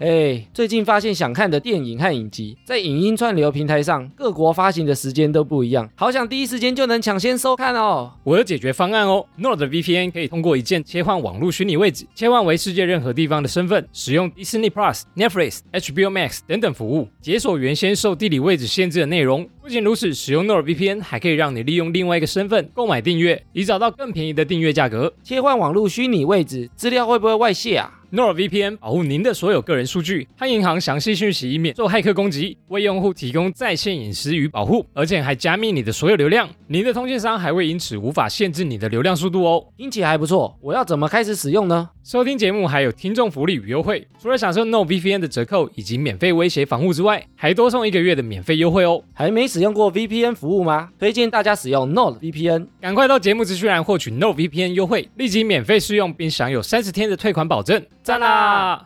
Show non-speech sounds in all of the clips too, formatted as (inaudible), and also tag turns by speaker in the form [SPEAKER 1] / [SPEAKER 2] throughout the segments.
[SPEAKER 1] 哎，最近发现想看的电影和影集，在影音串流平台上各国发行的时间都不一样，好想第一时间就能抢先收看哦。
[SPEAKER 2] 我有解决方案哦！Nord VPN 可以通过一键切换网络虚拟位置，切换为世界任何地方的身份，使用 Disney Plus、Netflix、HBO Max 等等服务，解锁原先受地理位置限制的内容。不仅如此，使用 Nord VPN 还可以让你利用另外一个身份购买订阅，以找到更便宜的订阅价格。
[SPEAKER 1] 切换网络虚拟位置，资料会不会外泄啊？
[SPEAKER 2] NordVPN 保护您的所有个人数据和银行详细讯息，以免受骇客攻击，为用户提供在线隐私与保护，而且还加密你的所有流量。您的通讯商还会因此无法限制你的流量速度哦。
[SPEAKER 1] 听起来还不错，我要怎么开始使用呢？
[SPEAKER 2] 收听节目还有听众福利与优惠，除了享受 NordVPN 的折扣以及免费威胁防护之外，还多送一个月的免费优惠哦。
[SPEAKER 1] 还没使用过 VPN 服务吗？推荐大家使用 Node VPN。
[SPEAKER 2] 赶快到节目资讯栏获取 NordVPN 优惠，立即免费试用并享有三十天的退款保证，赞啦！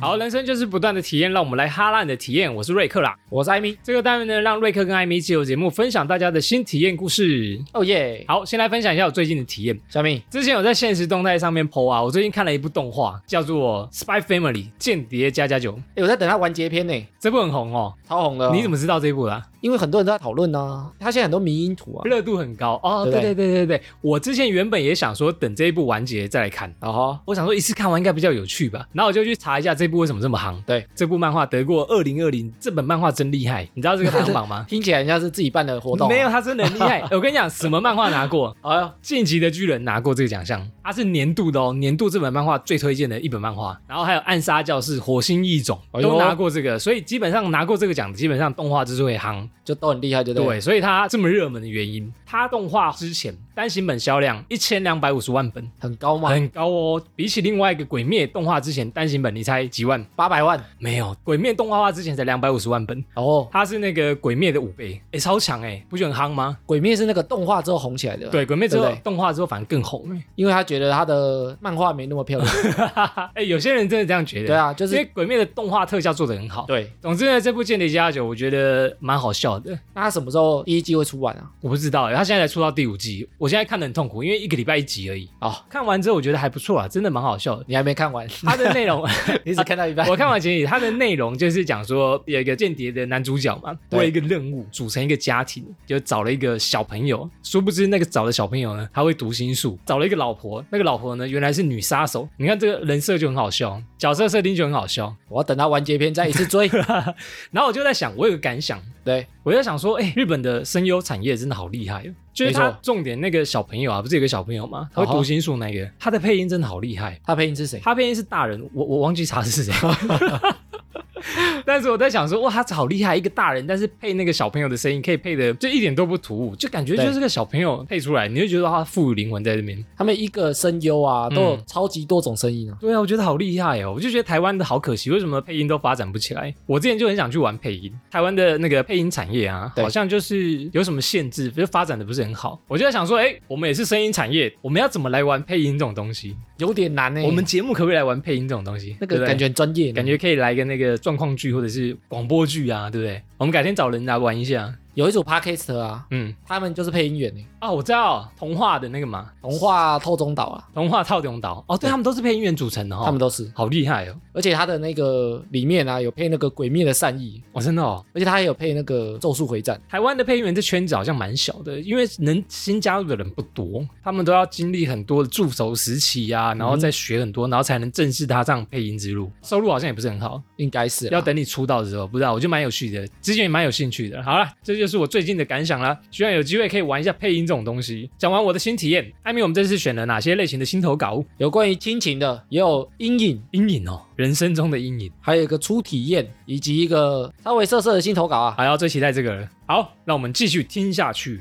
[SPEAKER 2] 好，人生就是不断的体验，让我们来哈烂的体验。我是瑞克啦，
[SPEAKER 1] 我是艾米，
[SPEAKER 2] 这个单元呢，让瑞克跟艾米借由节目分享大家的新体验故事。
[SPEAKER 1] 哦耶！
[SPEAKER 2] 好，先来分享一下我最近的体验。
[SPEAKER 1] 小米，
[SPEAKER 2] 之前有在现实动态上面 PO 啊，我最近看了一部动画，叫做《Spy Family》间谍加加九，
[SPEAKER 1] 哎诶我在等它完结篇呢，
[SPEAKER 2] 这部很红哦。
[SPEAKER 1] 超红的哦。
[SPEAKER 2] 你
[SPEAKER 1] 么？
[SPEAKER 2] 怎么知道这一部的啊、
[SPEAKER 1] 因为很多人都在讨论啊呢，它现在很多迷因图啊。
[SPEAKER 2] 热度很高哦。
[SPEAKER 1] 对不对
[SPEAKER 2] 对对对对对，我之前原本也想说等这一部完结再来看，
[SPEAKER 1] 哦吼，
[SPEAKER 2] 我想说一次看完应该比较有趣吧，然后我就去查一下这部为什么这么夯。
[SPEAKER 1] 对，
[SPEAKER 2] 这部漫画得过二零二零，这本漫画真厉害，你知道这个排行
[SPEAKER 1] (laughs)
[SPEAKER 2] 榜吗？
[SPEAKER 1] 听起来人家是自己办的活动啊。
[SPEAKER 2] 没有，它真的很厉害。我跟你讲，什么漫画拿过？
[SPEAKER 1] 哎呦，
[SPEAKER 2] 晋级的巨人拿过这个奖项，它是年度的哦，年度这本漫画最推荐的一本漫画。然后还有《暗杀教室》《火星异种
[SPEAKER 1] 哎》呦
[SPEAKER 2] 都拿过这个，所以基本上拿过这个奖，基本上动画就是会夯。
[SPEAKER 1] 就都很厉害，对不对？
[SPEAKER 2] 对，所以它这么热门的原因，它动画之前单行本销量一千两百五十万本，
[SPEAKER 1] 很高嘛，
[SPEAKER 2] 很高哦。比起另外一个《鬼灭》动画之前单行本，你猜几万？
[SPEAKER 1] 八百万。
[SPEAKER 2] 没有，《鬼灭》动画化之前才两百五十万本，
[SPEAKER 1] 哎哦，
[SPEAKER 2] 它是那个《鬼灭》的五倍，诶，超强诶，不觉得很夯吗？
[SPEAKER 1] 鬼灭是那个动画之后红起来的，
[SPEAKER 2] 对，《鬼灭》之
[SPEAKER 1] 对
[SPEAKER 2] 后
[SPEAKER 1] 不对
[SPEAKER 2] 动画之后反而更红诶。 (laughs)
[SPEAKER 1] 因为他觉得他的漫画没那么漂亮。
[SPEAKER 2] 哎、有些人真的这样觉得。
[SPEAKER 1] 对啊，就
[SPEAKER 2] 因为
[SPEAKER 1] 是
[SPEAKER 2] 《鬼灭》的动画特效做得很好。，
[SPEAKER 1] 对。
[SPEAKER 2] 总之呢，这部《间谍加加九》我觉得蛮好笑的。
[SPEAKER 1] 那他什么时候第一季会出完啊？
[SPEAKER 2] 我不知道欸，它现在才出到第五季，我现在看得很痛苦，因为一个礼拜一集而已。
[SPEAKER 1] 哦，
[SPEAKER 2] 看完之后我觉得还不错啊，真的蛮好笑的。
[SPEAKER 1] 你还没
[SPEAKER 2] (laughs)
[SPEAKER 1] 看完，
[SPEAKER 2] 它的
[SPEAKER 1] (laughs)
[SPEAKER 2] 内容，
[SPEAKER 1] 你只看到一半。
[SPEAKER 2] (laughs) 我看完前几集，它的内容就是讲说有一个间谍的男主角嘛，
[SPEAKER 1] 对
[SPEAKER 2] 为一个任务组成一个家庭，就找了一个小朋友，殊不知那个找的小朋友呢，他会读心术，找了一个老婆，那个老婆呢原来是女杀手。你看这个人设就很好笑，角色设定就很好笑。 (laughs)
[SPEAKER 1] 我要等他完结篇再一次追。
[SPEAKER 2] 然后我就在想，我有个感想，
[SPEAKER 1] 对，
[SPEAKER 2] 我在想说，哎、日本的声优产业真的好厉害哦。就是
[SPEAKER 1] 没
[SPEAKER 2] 他
[SPEAKER 1] 错
[SPEAKER 2] 重点那个小朋友啊，不是有个小朋友吗？他会读心术那个，他的配音真的好厉害。
[SPEAKER 1] 他配音是谁？
[SPEAKER 2] 他配音是大人，我我忘记
[SPEAKER 1] (laughs)
[SPEAKER 2] 他是谁。但是我在想说，哇，他好厉害，一个大人，但是配那个小朋友的声音，可以配的就一点都不突兀，就感觉
[SPEAKER 1] 对
[SPEAKER 2] 就是个小朋友配出来，你就觉得他赋予灵魂在这边。
[SPEAKER 1] 他们一个声优啊，
[SPEAKER 2] 嗯
[SPEAKER 1] 都有超级多种声音啊。
[SPEAKER 2] 对啊，我觉得好厉害哦！我就觉得台湾的好可惜，为什么配音都发展不起来？我之前就很想去玩配音，台湾的那个配音产业啊，
[SPEAKER 1] 对
[SPEAKER 2] 好像就是有什么限制，就发展的不是很好。我就在想说，哎，我们也是声音产业，我们要怎么来玩配音这种东西？
[SPEAKER 1] 有点难呢、
[SPEAKER 2] 我们节目可不可以来玩配音这种东西？
[SPEAKER 1] 哎那
[SPEAKER 2] 对
[SPEAKER 1] 个
[SPEAKER 2] 不对
[SPEAKER 1] 感觉很专业呢，
[SPEAKER 2] 感觉可以来个那个状况剧或者是广播剧啊，对不对？我们改天找人来玩一下。
[SPEAKER 1] 有一组 podcast 啊，
[SPEAKER 2] 嗯，
[SPEAKER 1] 他们就是配音员呢、
[SPEAKER 2] 啊，我知道童话的那个嘛，
[SPEAKER 1] 童话透中岛啊，
[SPEAKER 2] 童话套用岛。哦，对，他们都是配音员组成的哦，
[SPEAKER 1] 他们都是，
[SPEAKER 2] 好厉害哦！
[SPEAKER 1] 而且他的那个里面啊，有配那个《鬼灭的善意
[SPEAKER 2] 哦，真的哦》，，
[SPEAKER 1] 而且他还有配那个《咒术回战》。
[SPEAKER 2] 台湾的配音员这圈子好像蛮小的，因为能新加入的人不多，他们都要经历很多的助手时期啊，然后再学很多，然后才能正式踏上配音之路。收入好像也不是很好，
[SPEAKER 1] 应该是啊
[SPEAKER 2] 要等你出道之后，不知道，我就蛮有趣的，之前也蛮有兴趣的。好了，这就是我最近的感想啦。希望有机会可以玩一下配音这种东西。讲完我的新体验，艾米，我们这次选了哪些类型的新投稿？
[SPEAKER 1] 有关于亲情的，也有阴影，
[SPEAKER 2] 阴影哦，人生中的阴影。
[SPEAKER 1] 还有一个初体验，以及一个稍微色色的新投稿啊。
[SPEAKER 2] 好，要最期待这个了。好，那我们继续听下去。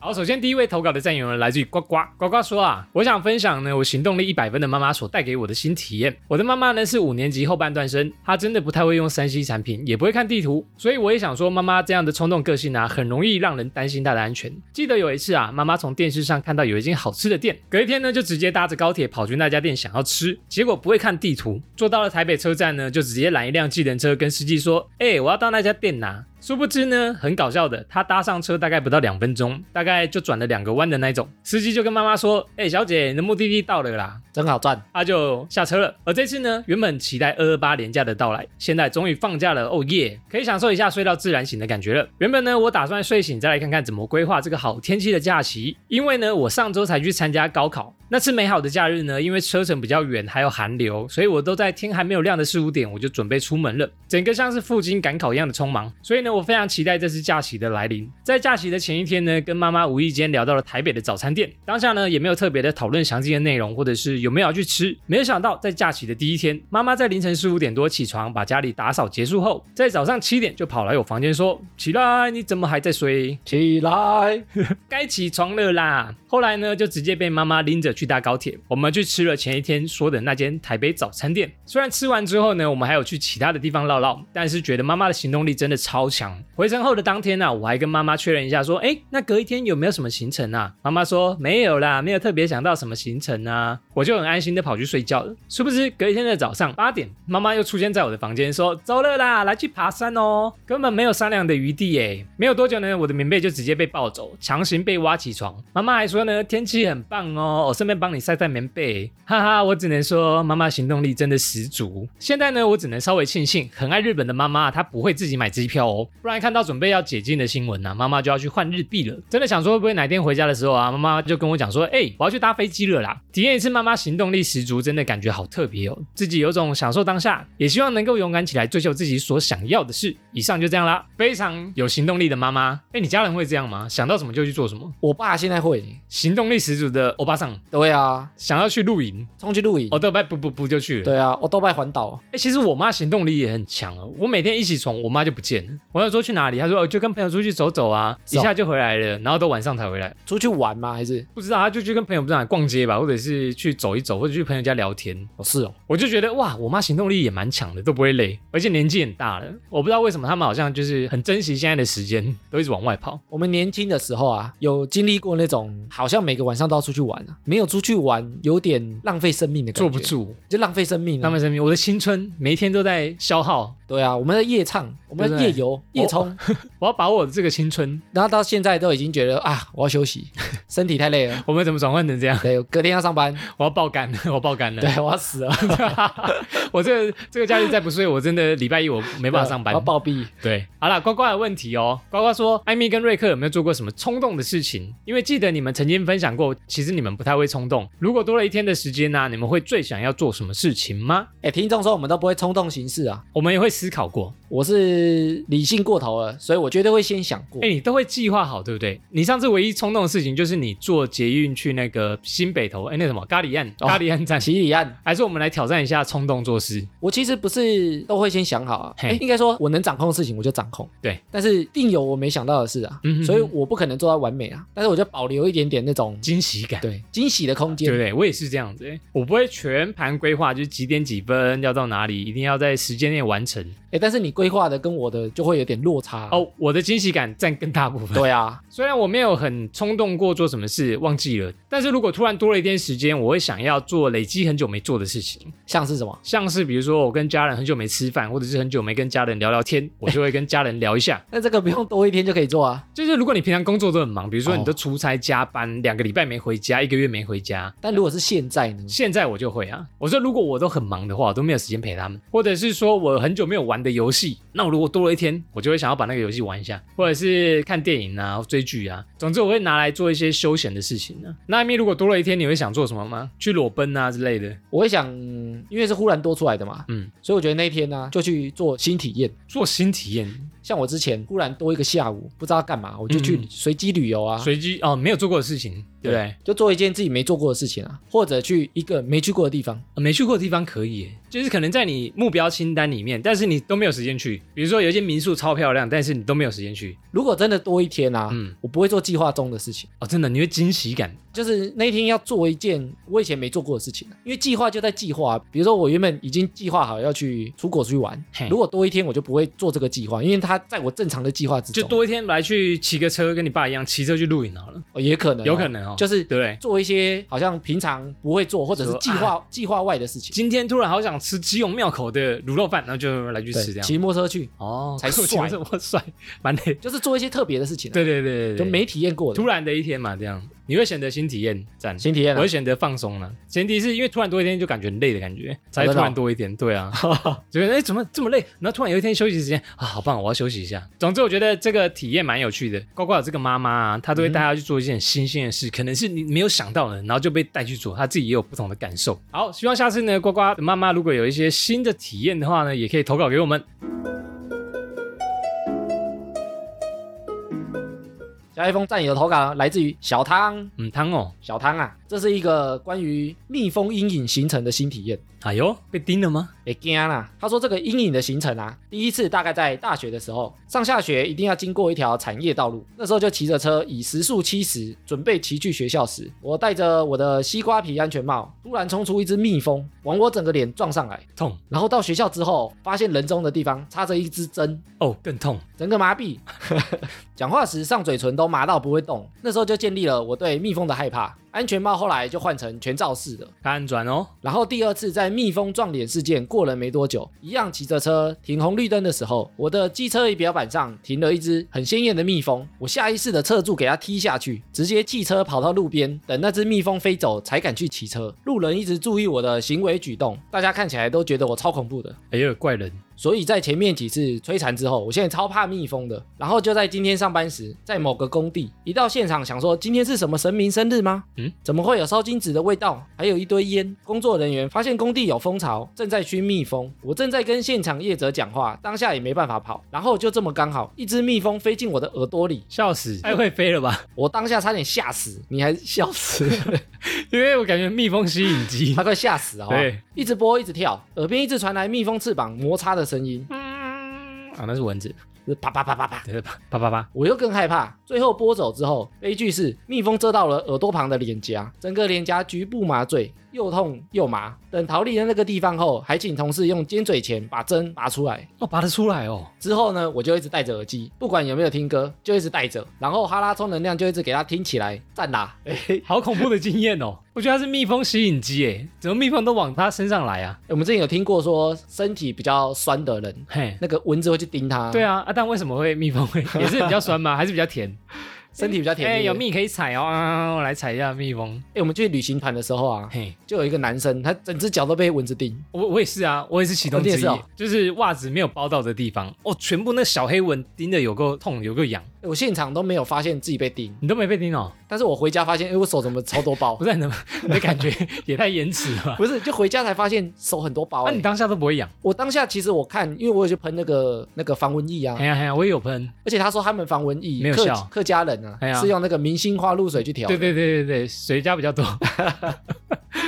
[SPEAKER 2] 好，首先第一位投稿的战友呢，来自于呱呱呱呱说啊，我想分享呢，我行动力一百分的妈妈所带给我的新体验。我的妈妈呢是五年级后半段生，她真的不太会用三 C 产品，也不会看地图，所以我也想说，妈妈这样的冲动个性啊，很容易让人担心她的安全。记得有一次啊，妈妈从电视上看到有一间好吃的店，隔一天呢就直接搭着高铁跑去那家店想要吃，结果不会看地图，坐到了台北车站呢，就直接拦一辆计程车跟司机说，哎、我要到那家店呐、殊不知呢，很搞笑的，他搭上车大概不到两分钟，大概就转了两个弯的那种，司机就跟妈妈说：“哎、小姐，你的目的地到了啦。”
[SPEAKER 1] 真好赚。
[SPEAKER 2] 他啊就下车了。而这次呢，原本期待二二八连假的到来，现在终于放假了，哦耶，可以享受一下睡到自然醒的感觉了。原本呢，我打算睡醒再来看看怎么规划这个好天气的假期，因为呢，我上周才去参加高考，那次美好的假日呢，因为车程比较远，还有寒流，所以我都在天还没有亮的四五点我就准备出门了，整个像是赴京赶考一样的匆忙。所以呢，我非常期待这次假期的来临。在假期的前一天呢，跟妈妈无意间聊到了台北的早餐店，当下呢也没有特别的讨论详细的内容，或者是有没有要去吃。没有想到在假期的第一天，妈妈在凌晨四五点多起床，把家里打扫结束后，在早上七点就跑来我房间说：“起来，你怎么还在睡？ (laughs)
[SPEAKER 1] 起来，
[SPEAKER 2] 该起床了啦！”后来呢，就直接被妈妈拎着去搭高铁，我们去吃了前一天说的那间台北早餐店。虽然吃完之后呢，我们还有去其他的地方绕绕，但是觉得妈妈的行动力真的超强。回程后的当天呢、啊我还跟妈妈确认一下，说：“哎，那隔一天有没有什么行程啊？”妈妈说：“没有啦，没有特别想到什么行程啊。”我就很安心的跑去睡觉了。殊不知隔一天的早上八点，妈妈又出现在我的房间，说：“走了啦，来去爬山哦。”根本没有商量的余地耶。没有多久呢，我的棉被就直接被抱走，强行被挖起床。妈妈还说呢，天气很棒哦，我顺便帮你晒晒棉被。哈哈，我只能说妈妈行动力真的十足。现在呢，我只能稍微庆幸，很爱日本的妈妈她不会自己买机票哦，不然看到准备要解禁的新闻呢、啊，妈妈就要去换日币了。真的想说，会不会哪天回家的时候啊，妈妈就跟我讲说，哎、我要去搭飞机了啦。体验一次妈妈行动力十足，真的感觉好特别哦，自己有种享受当下，也希望能够勇敢起来追求自己所想要的事。以上就这样啦，非常有行动力的妈妈。哎，你家人会这样吗？想到什么就去做什么，
[SPEAKER 1] 我爸现在会。
[SPEAKER 2] 行动力十足的欧巴桑。
[SPEAKER 1] 对啊，
[SPEAKER 2] 想要去露营，
[SPEAKER 1] 冲去露营。
[SPEAKER 2] 哦，对，不不不不就去了。
[SPEAKER 1] 对啊，我都拜环岛。
[SPEAKER 2] 哎、其实我妈行动力也很强哦。我每天一起床，我妈就不见了。我要说去哪里，她说、哦、就跟朋友出去走走啊，
[SPEAKER 1] 是
[SPEAKER 2] 一
[SPEAKER 1] 哦
[SPEAKER 2] 下就回来了，然后都晚上才回来。
[SPEAKER 1] 出去玩吗？还是？
[SPEAKER 2] 不知道她就去跟朋友不知道哪逛街吧，或者是去走一走，或者去朋友家聊天。
[SPEAKER 1] 哦，是哦，
[SPEAKER 2] 我就觉得哇，我妈行动力也蛮强的，都不会累，而且年纪很大了。我不知道为什么他们好像就是很珍惜现在的时间，都一直往外跑。
[SPEAKER 1] 我们年轻的时候啊，有经历过那种好像每个晚上都要出去玩啊，没有出去玩有点浪费生命的感
[SPEAKER 2] 坐
[SPEAKER 1] 觉，
[SPEAKER 2] 不，住，
[SPEAKER 1] 就浪费生命、
[SPEAKER 2] 他
[SPEAKER 1] 啊。
[SPEAKER 2] 们身边，我的青春每一天都在消耗，
[SPEAKER 1] 对啊，我们的夜唱，我们的
[SPEAKER 2] 对不哦
[SPEAKER 1] 夜
[SPEAKER 2] 对
[SPEAKER 1] 游、夜冲，
[SPEAKER 2] 我要把我的这个青春，
[SPEAKER 1] 然后到现在都已经觉得啊，我要休息， (laughs) 身体太累了。
[SPEAKER 2] 我们怎么转换成这样？
[SPEAKER 1] 对，隔天要上班，
[SPEAKER 2] 我要爆肝，我爆肝了。
[SPEAKER 1] 对，我要死了，
[SPEAKER 2] (laughs) 我这个这个假日再不睡，我真的礼拜一我没
[SPEAKER 1] 没
[SPEAKER 2] 办法上
[SPEAKER 1] (laughs)
[SPEAKER 2] 班
[SPEAKER 1] 我要。暴毙。
[SPEAKER 2] 对，好啦，呱呱的问题哦，呱呱说，艾米跟瑞克有没有做过什么冲动的事情？因为记得你们曾经分享过，其实你们不太会冲动。如果多了一天的时间呢、你们会最想要做什么事情吗？
[SPEAKER 1] 哎，听众说我们都不会冲动行事啊，
[SPEAKER 2] 我们也会思考过。
[SPEAKER 1] 我是理性过头了，所以我绝对会先想过
[SPEAKER 2] 哎，。你都会计划好，对不对？你上次唯一冲动的事情就是你坐捷运去那个新北投，哎，那什么咖喱岸，
[SPEAKER 1] 哦
[SPEAKER 2] 咖喱岸站。
[SPEAKER 1] 起里案，
[SPEAKER 2] 还是我们来挑战一下冲动做事，
[SPEAKER 1] 我其实不是都会先想好啊，
[SPEAKER 2] 嘿
[SPEAKER 1] 哎，应该说我能掌控的事情我就掌控，
[SPEAKER 2] 对，
[SPEAKER 1] 但是定有我没想到的事啊
[SPEAKER 2] 嗯哼，哼
[SPEAKER 1] 所以我不可能做到完美啊，但是我就保留一点点那种
[SPEAKER 2] 惊喜感。
[SPEAKER 1] 对惊喜的空
[SPEAKER 2] 对不
[SPEAKER 1] 间。
[SPEAKER 2] 对？我也是这样子欸、我不会全盘规划，就是几点几分要到哪里，一定要在时间内完成。
[SPEAKER 1] 哎，但是你规划的跟我的就会有点落差。啊
[SPEAKER 2] 哦，我的惊喜感占更大部分。
[SPEAKER 1] 对啊，
[SPEAKER 2] 虽然我没有很冲动过做什么事，忘记了，但是如果突然多了一天时间，我会想要做累积很久没做的事情，
[SPEAKER 1] 像是什么？
[SPEAKER 2] 像是比如说我跟家人很久没吃饭，或者是很久没跟家人聊聊天，我就会跟家人聊一下。
[SPEAKER 1] 那这个不用多一天就可以做啊，
[SPEAKER 2] 就是如果你平常工作都很忙，比如说
[SPEAKER 1] 哦
[SPEAKER 2] 你都出差加班，两个礼拜没回家，一个月没回家，
[SPEAKER 1] 但如果是现在呢？
[SPEAKER 2] 现在我就会啊，我说如果我都很忙的话，我都没有时间陪他们，或者是说我很久没有玩的游戏，那我如果多了一天，我就会想要把那个游戏玩一下，或者是看电影啊、追剧啊，总之我会拿来做一些休闲的事情呢、那艾米如果多了一天，你会想做什么吗？去裸奔啊之类的？
[SPEAKER 1] 我会想，因为是忽然多出来的嘛，
[SPEAKER 2] 嗯，
[SPEAKER 1] 所以我觉得那一天呢、就去做新体验。
[SPEAKER 2] 做新体验，
[SPEAKER 1] 像我之前忽然多一个下午，不知道干嘛，我就去
[SPEAKER 2] 嗯
[SPEAKER 1] 随机旅游啊，
[SPEAKER 2] 随机哦，没有做过的事情，对不对？
[SPEAKER 1] 就做一件自己没做过的事情啊，或者去一个没去过的地方。
[SPEAKER 2] 呃没去过的地方可以耶，就是可能在你目标清单里面，但是你都没有时间去。比如说有一些民宿超漂亮，但是你都没有时间去。
[SPEAKER 1] 如果真的多一天啊，
[SPEAKER 2] 嗯，
[SPEAKER 1] 我不会做计划中的事情，
[SPEAKER 2] 哦，真的，你会惊喜感
[SPEAKER 1] 就是那一天要做一件我以前没做过的事情啊、因为计划就在计划啊，比如说我原本已经计划好要去出国出去玩
[SPEAKER 2] 嘿，
[SPEAKER 1] 如果多一天我就不会做这个计划，因为它它在我正常的计划之
[SPEAKER 2] 就
[SPEAKER 1] 中，
[SPEAKER 2] 多一天来去骑个车，跟你爸一样骑车去露营好了，
[SPEAKER 1] 哦也可能哦、
[SPEAKER 2] 有可能哦，
[SPEAKER 1] 就是
[SPEAKER 2] 对不对？
[SPEAKER 1] 做一些好像平常不会做或者是
[SPEAKER 2] 说啊
[SPEAKER 1] 计划计划外的事情，
[SPEAKER 2] 今天突然好想吃基隆庙口的卤肉饭，然后就来去吃这
[SPEAKER 1] 对，
[SPEAKER 2] 样。
[SPEAKER 1] 骑摩托车去，
[SPEAKER 2] 哦， (laughs)
[SPEAKER 1] 才帅
[SPEAKER 2] 这么帅，蛮累。
[SPEAKER 1] 就是做一些特别的事情啊、
[SPEAKER 2] 对对对对对，
[SPEAKER 1] 就没体验过的
[SPEAKER 2] 突然的一天嘛，这样你会选择新体验，赞。
[SPEAKER 1] 新体验
[SPEAKER 2] 我
[SPEAKER 1] 啊
[SPEAKER 2] 会。选择放松了，前提是因为突然多一天就感觉很累的感觉，才
[SPEAKER 1] 真的
[SPEAKER 2] 突
[SPEAKER 1] 哦
[SPEAKER 2] 然多一天，
[SPEAKER 1] (laughs)
[SPEAKER 2] 对啊，觉得哎怎么这么累？然后突然有一天休息时间啊，好棒，我要休息一下。总之我觉得这个体验蛮有趣的。呱呱有这个妈妈啊，她都会带她去做一件很新鲜的事，可能是你没有想到的，然后就被带去做，她自己也有不同的感受。好，希望下次呢，呱呱的妈妈如果有一些新的体验的话呢，也可以投稿给我们。
[SPEAKER 1] 小爱风战友投稿来自于小汤，
[SPEAKER 2] 嗯，汤哦，
[SPEAKER 1] 小汤啊，这是一个关于逆风阴影形成的新体验。
[SPEAKER 2] 哎呦，被叮了吗？
[SPEAKER 1] 也惊啦！他说这个阴影的形成啊，第一次大概在大学的时候，上下学一定要经过一条产业道路。那时候就骑着车，以时速七十，准备骑去学校时，我戴着我的西瓜皮安全帽，突然冲出一只蜜蜂，往我整个脸撞上来。
[SPEAKER 2] 痛
[SPEAKER 1] 然后到学校之后，发现人中的地方插着一支针，
[SPEAKER 2] 哦，更痛，
[SPEAKER 1] 整个麻痹。 (laughs) 讲话时上嘴唇都麻到不会动。那时候就建立了我对蜜蜂的害怕。安全帽后来就换成全罩式的。
[SPEAKER 2] 看转哦，
[SPEAKER 1] 然后第二次在蜜蜂撞脸事件过了没多久，一样骑着车停红绿灯的时候，我的机车仪表板上停了一只很鲜艳的蜜蜂，我下意识的侧柱给它踢下去，直接弃车跑到路边，等那只蜜蜂飞走才敢去骑车。路人一直注意我的行为举动，大家看起来都觉得我超恐怖的。
[SPEAKER 2] 哎呦，怪人，
[SPEAKER 1] 所以在前面几次摧残之后，我现在超怕蜜蜂的。然后就在今天上班时，在某个工地，一到现场想说今天是什么神明生日吗？
[SPEAKER 2] 嗯，
[SPEAKER 1] 怎么会有烧金纸的味道？还有一堆烟。工作人员发现工地有蜂巢，正在熏蜜蜂。我正在跟现场业者讲话，当下也没办法跑。然后就这么刚好，一只蜜蜂飞进我的耳朵里，
[SPEAKER 2] 笑死，太会飞了吧？
[SPEAKER 1] 我当下差点吓死，你还笑死，
[SPEAKER 2] (laughs) 因为我感觉蜜蜂吸引 (laughs) 机
[SPEAKER 1] 他快吓死好不好
[SPEAKER 2] 对
[SPEAKER 1] 一直播一直跳，耳边一直传来蜜蜂翅膀摩擦的声音，
[SPEAKER 2] 啊，那是蚊子，
[SPEAKER 1] 就是啪啪啪啪啪。
[SPEAKER 2] 对吧？啪啪啪，
[SPEAKER 1] 我又更害怕。最后拨走之后，悲剧是蜜蜂蛰到了耳朵旁的脸颊，整个脸颊局部麻醉，又痛又麻。等逃离了那个地方后，还请同事用尖嘴钳把针拔出来。
[SPEAKER 2] 哦，拔得出来哦，
[SPEAKER 1] 之后呢，我就一直戴着耳机，不管有没有听歌，就一直戴着，然后哈拉充能量就一直给它听起来，赞啦！
[SPEAKER 2] (laughs)
[SPEAKER 1] 哎、嘿
[SPEAKER 2] 好恐怖的经验哦！我觉得它是蜜蜂吸引机诶，怎么蜜蜂都往它身上来啊？
[SPEAKER 1] 我们之前有听过说，身体比较酸的人，
[SPEAKER 2] 嘿，
[SPEAKER 1] 那个蚊子会去叮它，
[SPEAKER 2] 对，啊，啊，但为什么会蜜蜂 (laughs) 会也是比较酸吗？还是比较甜？
[SPEAKER 1] 身体比较甜。
[SPEAKER 2] (laughs) 哎，
[SPEAKER 1] 对不对
[SPEAKER 2] 有，蜜可以采哦，啊，我来采一下蜜蜂。
[SPEAKER 1] 哎、我们去旅行团的时候啊，
[SPEAKER 2] 嘿，
[SPEAKER 1] 就有一个男生，他整只脚都被蚊子叮，
[SPEAKER 2] 我我也是啊，我也是其中
[SPEAKER 1] 哦你也
[SPEAKER 2] 之
[SPEAKER 1] 是
[SPEAKER 2] 一
[SPEAKER 1] 哦，
[SPEAKER 2] 就是袜子没有包到的地方，哦，全部那小黑蚊叮的有够痛，有够痒，
[SPEAKER 1] 哎我现场都没有发现自己被叮。
[SPEAKER 2] 你都没被叮哦？
[SPEAKER 1] 但是我回家发现，哎、我手怎么超多包
[SPEAKER 2] 不？是你 (laughs) 的你的感觉也太延迟了 (laughs) 吧？
[SPEAKER 1] 不是，就回家才发现手很多包、
[SPEAKER 2] 那
[SPEAKER 1] 欸。
[SPEAKER 2] 啊你当下都不会痒？
[SPEAKER 1] 我当下其实我看，因为我有去喷那个那个防蚊液啊
[SPEAKER 2] 哎，呀哎呀，我也有喷。
[SPEAKER 1] 而且他说他们防蚊液
[SPEAKER 2] 没有
[SPEAKER 1] 客
[SPEAKER 2] 效
[SPEAKER 1] 客家人啊、
[SPEAKER 2] 哎呀
[SPEAKER 1] 是用那个明星花露水去调。
[SPEAKER 2] 对，对对对对，谁家比较多？ (laughs)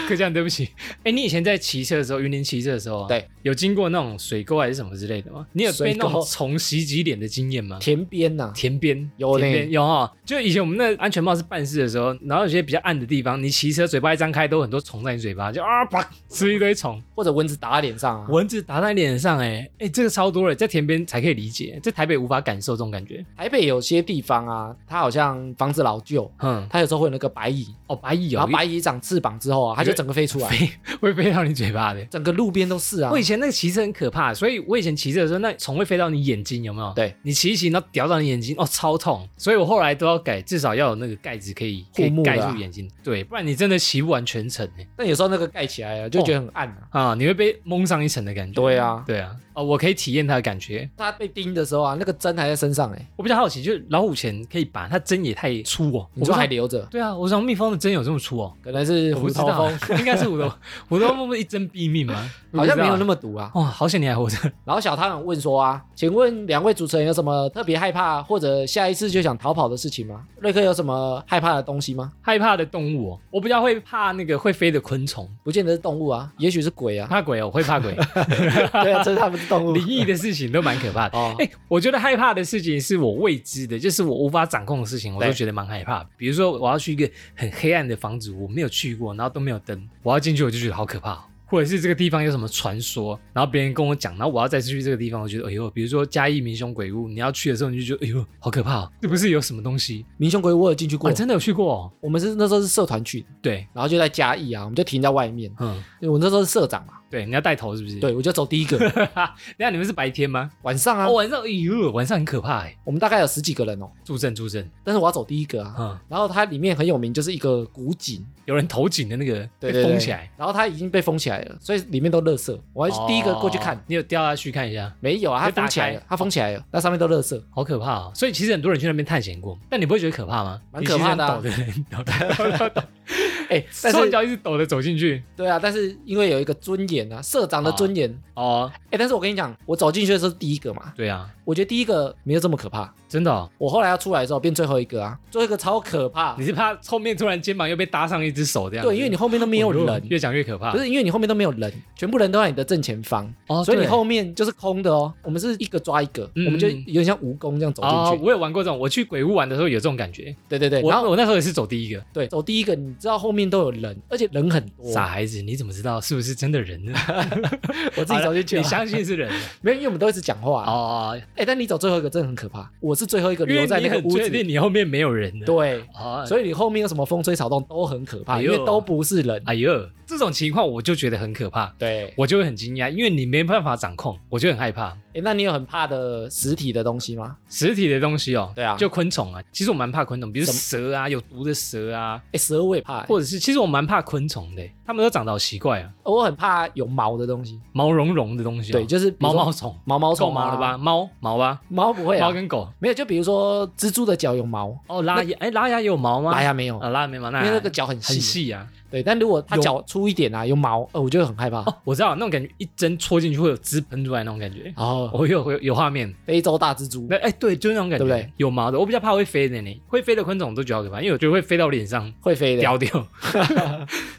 [SPEAKER 2] 客家人，对不起。哎，你以前在骑车的时候，云林骑车的时候啊，
[SPEAKER 1] 对，
[SPEAKER 2] 有经过那种水沟还是什么之类的吗？你有被那
[SPEAKER 1] 水沟
[SPEAKER 2] 种虫袭击脸的经验吗？
[SPEAKER 1] 田边啊呐、
[SPEAKER 2] 田边
[SPEAKER 1] 有
[SPEAKER 2] 田
[SPEAKER 1] 嘞
[SPEAKER 2] 边有哈，就以前我们那安全帽是办事的时候，然后有些比较暗的地方，你骑车嘴巴一张开，都有很多虫在你嘴巴，就啊啪吃一堆虫，
[SPEAKER 1] 或者蚊子打在脸上啊。
[SPEAKER 2] 蚊子打在脸上、哎哎，这个超多了，在田边才可以理解，在台北无法感受这种感觉。
[SPEAKER 1] 台北有些地方啊，它好像房子老旧，
[SPEAKER 2] 嗯，
[SPEAKER 1] 它有时候会有那个白蚁，
[SPEAKER 2] 哦，白蚁
[SPEAKER 1] 然
[SPEAKER 2] 哦
[SPEAKER 1] 后，白蚁长翅膀之后啊，它就整个飞出来，
[SPEAKER 2] 飞会飞到你嘴巴的。
[SPEAKER 1] 整个路边都是啊
[SPEAKER 2] 我。以前那个骑车很可怕，所以我以前骑车的时候，那虫会飞到你眼睛，有没有？
[SPEAKER 1] 对，
[SPEAKER 2] 你骑一骑，然后叼到你眼睛，哦，超痛。所以我后来都要改，至少要有那个盖子可以可
[SPEAKER 1] 护
[SPEAKER 2] 以
[SPEAKER 1] 目的啊
[SPEAKER 2] 盖住眼睛，对，不然你真的骑不完全程欸
[SPEAKER 1] 但有时候那个盖起来啊，就觉得很暗啊。
[SPEAKER 2] 啊，你会被蒙上一层的感觉。
[SPEAKER 1] 对啊
[SPEAKER 2] 对啊，哦，我可以体验它的感觉。
[SPEAKER 1] 它被叮的时候啊，那个针还在身上哎、
[SPEAKER 2] 我比较好奇，就是老虎钳可以拔，它针也太粗哦。
[SPEAKER 1] 你说还
[SPEAKER 2] 我不知道
[SPEAKER 1] 留着？
[SPEAKER 2] 对啊，我想蜜蜂的针有这么粗
[SPEAKER 1] (laughs)
[SPEAKER 2] 哦？
[SPEAKER 1] 可能是
[SPEAKER 2] 我不
[SPEAKER 1] 虎
[SPEAKER 2] 知
[SPEAKER 1] 头
[SPEAKER 2] 道啊
[SPEAKER 1] 蜂，，
[SPEAKER 2] 应该是 (laughs) 虎头，虎头蜂不是一针毙命吗？
[SPEAKER 1] (laughs) 好像没有那
[SPEAKER 2] 么。
[SPEAKER 1] 么毒啊。
[SPEAKER 2] 哇、哦好险你还活着！
[SPEAKER 1] 然后小汤很问说啊，请问两位主持人有什么特别害怕或者下一次就想逃跑的事情吗？瑞克有什么害怕的东西吗？
[SPEAKER 2] 害怕的动物、哦，我比较会怕那个会飞的昆虫，
[SPEAKER 1] 不见得是动物啊，也许是鬼啊。
[SPEAKER 2] 怕鬼哦，我会怕 (laughs) 鬼。
[SPEAKER 1] 对啊，这他不是
[SPEAKER 2] (laughs)
[SPEAKER 1] 动物。
[SPEAKER 2] 灵异的事情都蛮可怕的。
[SPEAKER 1] 哦
[SPEAKER 2] 哎、我觉得害怕的事情是我未知的，就是我无法掌控的事情，我都
[SPEAKER 1] 对
[SPEAKER 2] 觉得蛮害怕的。比如说，我要去一个很黑暗的房子，我没有去过，然后都没有灯，我要进去，我就觉得好可怕哦、或者是这个地方有什么传说，然后别人跟我讲，然后我要再次去这个地方，我觉得哎呦，比如说嘉义民雄鬼屋，你要去的时候你就觉得哎呦好可怕、哦，这不是有什么东西？
[SPEAKER 1] 民雄鬼屋我有进去过，
[SPEAKER 2] 我真的有去过、哦，
[SPEAKER 1] 我们是那时候是社团去的，
[SPEAKER 2] 对，
[SPEAKER 1] 然后就在嘉义啊，我们就停在外面，
[SPEAKER 2] 嗯，
[SPEAKER 1] 因为我那时候是社长嘛，
[SPEAKER 2] 对，你要带头是不是？，
[SPEAKER 1] 对我就走第一
[SPEAKER 2] (laughs)
[SPEAKER 1] 个，
[SPEAKER 2] 那你们是白天吗？
[SPEAKER 1] 晚上啊
[SPEAKER 2] 哦，，晚上，哎呦，晚上很可怕哎，
[SPEAKER 1] 我们大概有十几个人哦，
[SPEAKER 2] 助阵助阵，
[SPEAKER 1] 但是我要走第一个啊，
[SPEAKER 2] 嗯，
[SPEAKER 1] 然后它里面很有名，就是一个古井，
[SPEAKER 2] 有人投井的那个
[SPEAKER 1] 对对
[SPEAKER 2] 被
[SPEAKER 1] 对
[SPEAKER 2] 封起来，
[SPEAKER 1] 然后它已经被封起来了，所以里面都垃圾，我还是第一个过去看
[SPEAKER 2] 哦，你有掉下去看一下，
[SPEAKER 1] 没有啊，它
[SPEAKER 2] 你就打
[SPEAKER 1] 封起来
[SPEAKER 2] 开
[SPEAKER 1] 了，它封起来了，那上面都垃圾，
[SPEAKER 2] 好可怕哦！所以其实很多人去那边探险过，但你不会觉得可怕吗？
[SPEAKER 1] 蛮可怕的啊
[SPEAKER 2] 你其实很抖的，抖的，抖的，
[SPEAKER 1] 哎， (laughs) 但
[SPEAKER 2] 双
[SPEAKER 1] 是
[SPEAKER 2] 脚一直抖的走进去。
[SPEAKER 1] 对啊，但是因为有一个尊严啊，社长的尊严，
[SPEAKER 2] 哦，
[SPEAKER 1] 哎，但是我跟你讲，我走进去的时候是第一个嘛，
[SPEAKER 2] 对啊，
[SPEAKER 1] 我觉得第一个没有这么可怕，
[SPEAKER 2] 真的、哦，
[SPEAKER 1] 我后来要出来的时候变最后一个啊，最后一个超可怕
[SPEAKER 2] 你，是怕后面突然肩膀又被搭上一只手这样子？
[SPEAKER 1] 对，因为你后面都没有
[SPEAKER 2] 哦
[SPEAKER 1] 人，
[SPEAKER 2] 越讲越可怕。
[SPEAKER 1] 不是因为你后面都没有人，全部人都在你的正前方，
[SPEAKER 2] 哦，
[SPEAKER 1] 所以你
[SPEAKER 2] 对
[SPEAKER 1] 后面就是空的哦。我们是一个抓一个，
[SPEAKER 2] 嗯
[SPEAKER 1] 我们就有点像蜈蚣这样走
[SPEAKER 2] 哦
[SPEAKER 1] 进，去。
[SPEAKER 2] 我有玩过这种，我去鬼屋玩的时候有这种感觉。
[SPEAKER 1] 对对对，
[SPEAKER 2] 我
[SPEAKER 1] 然后
[SPEAKER 2] 我那时候也是走第一个。
[SPEAKER 1] 对走第一个，你知道后面都有人，而且人很多。
[SPEAKER 2] 傻孩子，你怎么知道是不是真
[SPEAKER 1] (laughs)
[SPEAKER 2] 的人呢？
[SPEAKER 1] 我自己走进去
[SPEAKER 2] 你
[SPEAKER 1] 了，
[SPEAKER 2] 相信是人的
[SPEAKER 1] 没有，因为我们都一直讲话。
[SPEAKER 2] 啊 (laughs) 哦，
[SPEAKER 1] 哎，但你走最后一个真的很可怕，我是最后一个
[SPEAKER 2] 因为
[SPEAKER 1] 留在
[SPEAKER 2] 你
[SPEAKER 1] 那个
[SPEAKER 2] 很
[SPEAKER 1] 屋
[SPEAKER 2] 确
[SPEAKER 1] 子
[SPEAKER 2] 定
[SPEAKER 1] 里。
[SPEAKER 2] 你后面没有人的。
[SPEAKER 1] 对，
[SPEAKER 2] 哦，
[SPEAKER 1] 所以你后面有什么风吹草动都很可怕，
[SPEAKER 2] 哎
[SPEAKER 1] 因
[SPEAKER 2] 呦
[SPEAKER 1] 为都不是人。
[SPEAKER 2] 哎呦，这种情况我就觉得很可怕，
[SPEAKER 1] 对，
[SPEAKER 2] 我就会很惊讶，因为你没办法掌控，我就很害怕。
[SPEAKER 1] 哎，那你有很怕的实体的东西吗？
[SPEAKER 2] 实体的东西哦，
[SPEAKER 1] 对啊
[SPEAKER 2] 就昆虫啊，其实我蛮怕昆虫，比如
[SPEAKER 1] 什么
[SPEAKER 2] 蛇啊，有毒的蛇啊，
[SPEAKER 1] 哎，蛇我也怕，欸
[SPEAKER 2] 或者是其实我蛮怕昆虫的，它们都长得好奇怪啊，
[SPEAKER 1] 我很怕有毛的东西。
[SPEAKER 2] 毛茸茸的东西哦、
[SPEAKER 1] 对，就是比如
[SPEAKER 2] 毛
[SPEAKER 1] 说
[SPEAKER 2] 毛虫，
[SPEAKER 1] 毛毛
[SPEAKER 2] 够
[SPEAKER 1] 虫啊
[SPEAKER 2] 毛了吧？？猫毛吧，
[SPEAKER 1] 毛不会啊
[SPEAKER 2] 猫，跟狗
[SPEAKER 1] 没有，就比如说蜘蛛的脚有毛，
[SPEAKER 2] 哦，拉牙，哎，拉牙也有毛吗？
[SPEAKER 1] 拉牙没有，
[SPEAKER 2] 啊，拉牙没毛，那
[SPEAKER 1] 因为那个脚很
[SPEAKER 2] 很
[SPEAKER 1] 细。
[SPEAKER 2] 细啊。
[SPEAKER 1] 对，但如果它
[SPEAKER 2] 有
[SPEAKER 1] 脚粗一点啊，有毛，呃，我就会很害怕。
[SPEAKER 2] 哦，我知道那种感觉，一针戳进去会有汁喷出来那种感觉。
[SPEAKER 1] 然后
[SPEAKER 2] 我有有有画面，
[SPEAKER 1] 非洲大蜘蛛
[SPEAKER 2] 那哎，对，就是那种感觉，
[SPEAKER 1] 对不对？
[SPEAKER 2] 有毛的，我比较怕会飞的呢，会飞的昆虫我都觉得好可怕，因为我觉得会飞到脸上
[SPEAKER 1] 会飞的，(laughs)
[SPEAKER 2] 叼掉，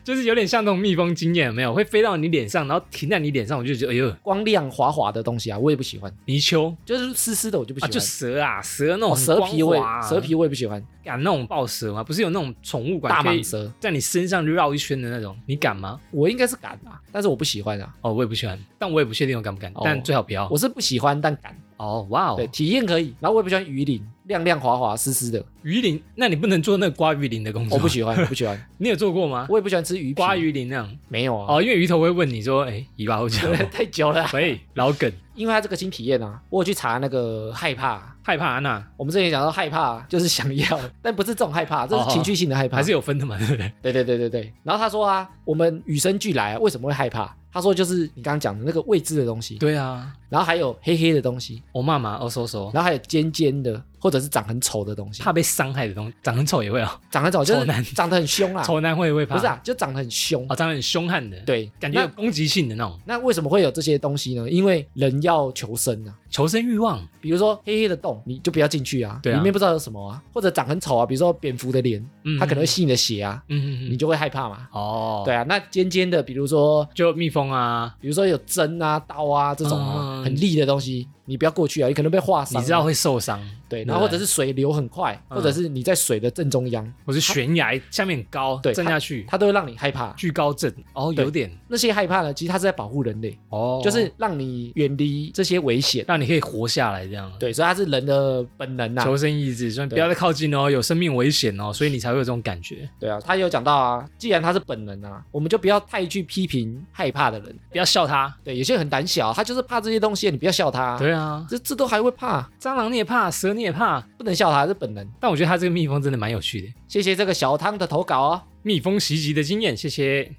[SPEAKER 2] 就是有点像那种蜜蜂经验，有没有？会飞到你脸上，然后停在你脸上，我就觉得哎呦，
[SPEAKER 1] 光亮滑滑的东西啊，我也不喜欢，
[SPEAKER 2] 泥鳅
[SPEAKER 1] 就是湿湿的我就不喜
[SPEAKER 2] 啊，
[SPEAKER 1] 欢。
[SPEAKER 2] 就蛇啊，蛇那
[SPEAKER 1] 哦，
[SPEAKER 2] 种
[SPEAKER 1] 蛇皮我也
[SPEAKER 2] 光滑啊
[SPEAKER 1] 蛇皮我也不喜欢，
[SPEAKER 2] 敢那种抱蛇吗？不是有那种宠物馆
[SPEAKER 1] 大
[SPEAKER 2] 可以
[SPEAKER 1] 蟒蛇
[SPEAKER 2] 在你身上绕一圈的那种，你敢吗？
[SPEAKER 1] 我应该是敢啊，但是我不喜欢啊，
[SPEAKER 2] 哦，我也不喜欢，但我也不确定我敢不敢，
[SPEAKER 1] 哦
[SPEAKER 2] 但最好不要。
[SPEAKER 1] 我是不喜欢但敢，
[SPEAKER 2] 哦，哇
[SPEAKER 1] 对，
[SPEAKER 2] 哦，
[SPEAKER 1] 体验可以。然后我也不喜欢鱼鳞，亮亮滑滑湿湿的，
[SPEAKER 2] 鱼鳞，那你不能做那个刮鱼鳞的工作，
[SPEAKER 1] 我不喜 (laughs) 欢，我不喜欢，
[SPEAKER 2] 你有做过吗？
[SPEAKER 1] 我也不喜欢吃嗯鱼皮。
[SPEAKER 2] 刮鱼鳞那样，
[SPEAKER 1] 没有啊，
[SPEAKER 2] 哦，因为鱼头会问你说，哎，尾巴
[SPEAKER 1] (laughs)
[SPEAKER 2] 后脚，
[SPEAKER 1] 太久了啊，
[SPEAKER 2] 所以老梗
[SPEAKER 1] 因为它这个新体验啊，我有去查那个害怕。
[SPEAKER 2] 害怕安娜
[SPEAKER 1] 我们之前讲到害怕就是想要，但不是这种害怕，这是情绪性的害怕。
[SPEAKER 2] 还是有分的嘛，对不对？
[SPEAKER 1] 对对对对对。然后他说啊，我们与生俱来、啊、为什么会害怕？他说就是你刚刚讲的那个未知的东西，
[SPEAKER 2] 对啊，
[SPEAKER 1] 然后还有黑黑的东西，
[SPEAKER 2] 我妈妈哦，收收，
[SPEAKER 1] 然后还有尖尖的或者是长很丑的东西，
[SPEAKER 2] 怕被伤害的东西，长很丑也会哦，
[SPEAKER 1] 长很丑就
[SPEAKER 2] 丑男
[SPEAKER 1] 是长得很凶啦，
[SPEAKER 2] 丑男会也会怕，
[SPEAKER 1] 不是啊，就长得很凶。
[SPEAKER 2] 哦，长得很凶悍的，，
[SPEAKER 1] 对，
[SPEAKER 2] 感觉有
[SPEAKER 1] 那
[SPEAKER 2] 攻击性的那种，
[SPEAKER 1] 那为什么会有这些东西呢？因为人要求生啊。
[SPEAKER 2] 求生欲望，
[SPEAKER 1] 比如说黑黑的洞，你就不要进去啊，
[SPEAKER 2] 对啊
[SPEAKER 1] 里面不知道有什么啊，或者长很丑啊，比如说蝙蝠的脸，
[SPEAKER 2] 嗯，
[SPEAKER 1] 它可能会，吸你的血啊，
[SPEAKER 2] 嗯嗯
[SPEAKER 1] 你
[SPEAKER 2] 嗯，
[SPEAKER 1] 就会害怕嘛。
[SPEAKER 2] 哦，
[SPEAKER 1] 对，啊，那尖尖的，比如说
[SPEAKER 2] 就蜜蜂啊，
[SPEAKER 1] 比如说有针啊、刀啊这种啊，
[SPEAKER 2] 嗯
[SPEAKER 1] 很利的东西，你不要过去啊，你可能被划伤啊。
[SPEAKER 2] 你知道会受伤，
[SPEAKER 1] 对，
[SPEAKER 2] 对
[SPEAKER 1] 然后或者是水流很快，
[SPEAKER 2] 嗯
[SPEAKER 1] 或者是你在水的正中央，
[SPEAKER 2] 我是悬崖下面很高，
[SPEAKER 1] 对
[SPEAKER 2] 震下去，
[SPEAKER 1] 它都会让你害怕。
[SPEAKER 2] 惧高症，哦，
[SPEAKER 1] 对
[SPEAKER 2] 有点，
[SPEAKER 1] 那些害怕呢，其实它是在保护人类，
[SPEAKER 2] 哦，
[SPEAKER 1] 就是让你远离这些危险。
[SPEAKER 2] 让你可以活下来这样，
[SPEAKER 1] 对，所以它是人的本能啊呐、
[SPEAKER 2] 求生意志，所以
[SPEAKER 1] 对
[SPEAKER 2] 不要再靠近哦，有生命危险哦，所以你才会有这种感觉。
[SPEAKER 1] 对啊，他有讲到啊，既然它是本能啊，我们就不要太去批评害怕的人。
[SPEAKER 2] 不要笑它。
[SPEAKER 1] 对，有些人很胆小，啊他就是怕这些东西，你不要笑他。
[SPEAKER 2] 对啊，
[SPEAKER 1] 这这都还会怕，啊
[SPEAKER 2] 蟑螂你也怕，蛇你也怕，
[SPEAKER 1] 不能笑他，是本能。
[SPEAKER 2] 但我觉得它这个蜜蜂真的蛮有趣的。
[SPEAKER 1] 谢谢这个小汤的投稿哦。
[SPEAKER 2] 蜜蜂袭击的经验，谢谢。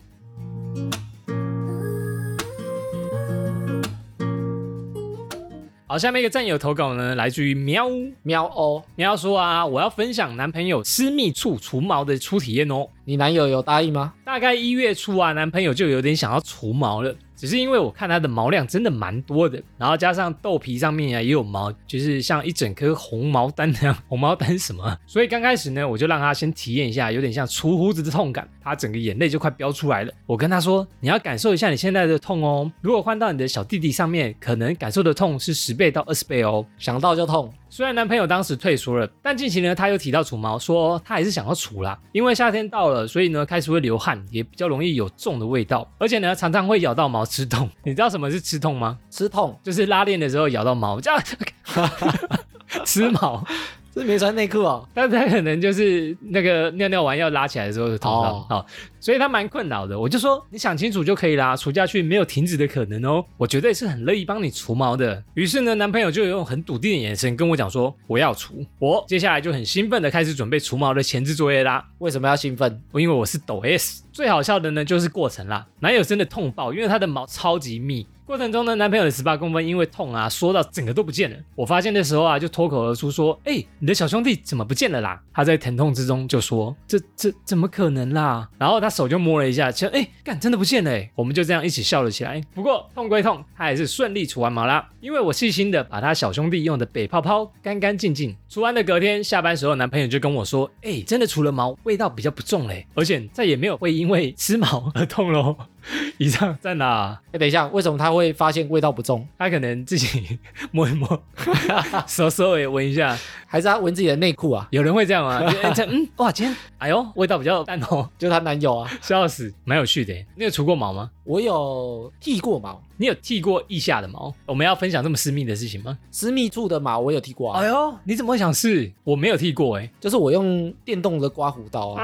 [SPEAKER 2] 好，下面一个战友投稿呢，来自于喵呜
[SPEAKER 1] 喵哦，
[SPEAKER 2] 喵说啊，我要分享男朋友私密处除毛的初体验哦。
[SPEAKER 1] 你男友有答应吗？
[SPEAKER 2] 大概一月初啊，男朋友就有点想要除毛了，只是因为我看他的毛量真的蛮多的，然后加上豆皮上面啊也有毛，就是像一整颗红毛丹那样，红毛丹什么啊？所以刚开始呢，我就让他先体验一下，有点像除胡子的痛感，他整个眼泪就快飙出来了。我跟他说，你要感受一下你现在的痛哦，如果换到你的小弟弟上面，可能感受的痛是十倍到二十倍哦。
[SPEAKER 1] 想到就痛，
[SPEAKER 2] 虽然男朋友当时退缩了，但近期呢，她又提到除毛，说她还是想要除啦，因为夏天到了，所以呢开始会流汗，也比较容易有重的味道，而且呢常常会咬到毛吃痛。 (laughs) 你知道什么是吃痛吗？
[SPEAKER 1] 吃痛
[SPEAKER 2] 就是拉链的时候咬到毛，这样 (laughs) 吃毛，
[SPEAKER 1] 是没穿内裤哦。
[SPEAKER 2] 但是他可能就是那个尿尿完要拉起来的时候就痛到，
[SPEAKER 1] 哦
[SPEAKER 2] 好，所以他蛮困扰的。我就说你想清楚就可以啦，除下去没有停止的可能哦，我绝对是很乐意帮你除毛的。于是呢，男朋友就用很笃定的眼神跟我讲说我要除，我接下来就很兴奋的开始准备除毛的前置作业啦。
[SPEAKER 1] 为什么要兴奋？
[SPEAKER 2] 因为我是抖 S。最好笑的呢，就是过程啦，男友真的痛爆，因为他的毛超级密。过程中呢，男朋友的十八公分因为痛啊，缩到整个都不见了。我发现的时候啊，就脱口而出说：“哎、你的小兄弟怎么不见了啦？”他在疼痛之中就说：“这这怎么可能啦？”然后他手就摸了一下，就哎，干、真的不见了、欸。我们就这样一起笑了起来。哎不过痛归痛，他还是顺利除完毛啦，因为我细心的把他小兄弟用的北泡泡干干净净。除完的隔天下班时候，男朋友就跟我说：“哎、真的除了毛，味道比较不重嘞、哎而且再也没有会因为吃毛而痛喽。” (laughs) 以上在哪？
[SPEAKER 1] 哎，等一下，为什么他会发现味道不重？
[SPEAKER 2] 他可能自己摸一摸， (laughs) 手手也闻一下，
[SPEAKER 1] 还是他闻自己的内裤啊？
[SPEAKER 2] 有人会这样吗？就哎这 (laughs) 嗯，哇，今天哎呦，味道比较淡哦，
[SPEAKER 1] 就她男友啊，
[SPEAKER 2] 笑死，蛮有趣的耶。你有除过毛吗？
[SPEAKER 1] 我有剃过毛，
[SPEAKER 2] 你有剃过腋下的毛？我们要分享这么私密的事情吗？
[SPEAKER 1] 私密处的毛我有剃过啊，
[SPEAKER 2] 哎呦，你怎么会想是？我没有剃过哎、
[SPEAKER 1] 就是我用电动的刮胡刀啊，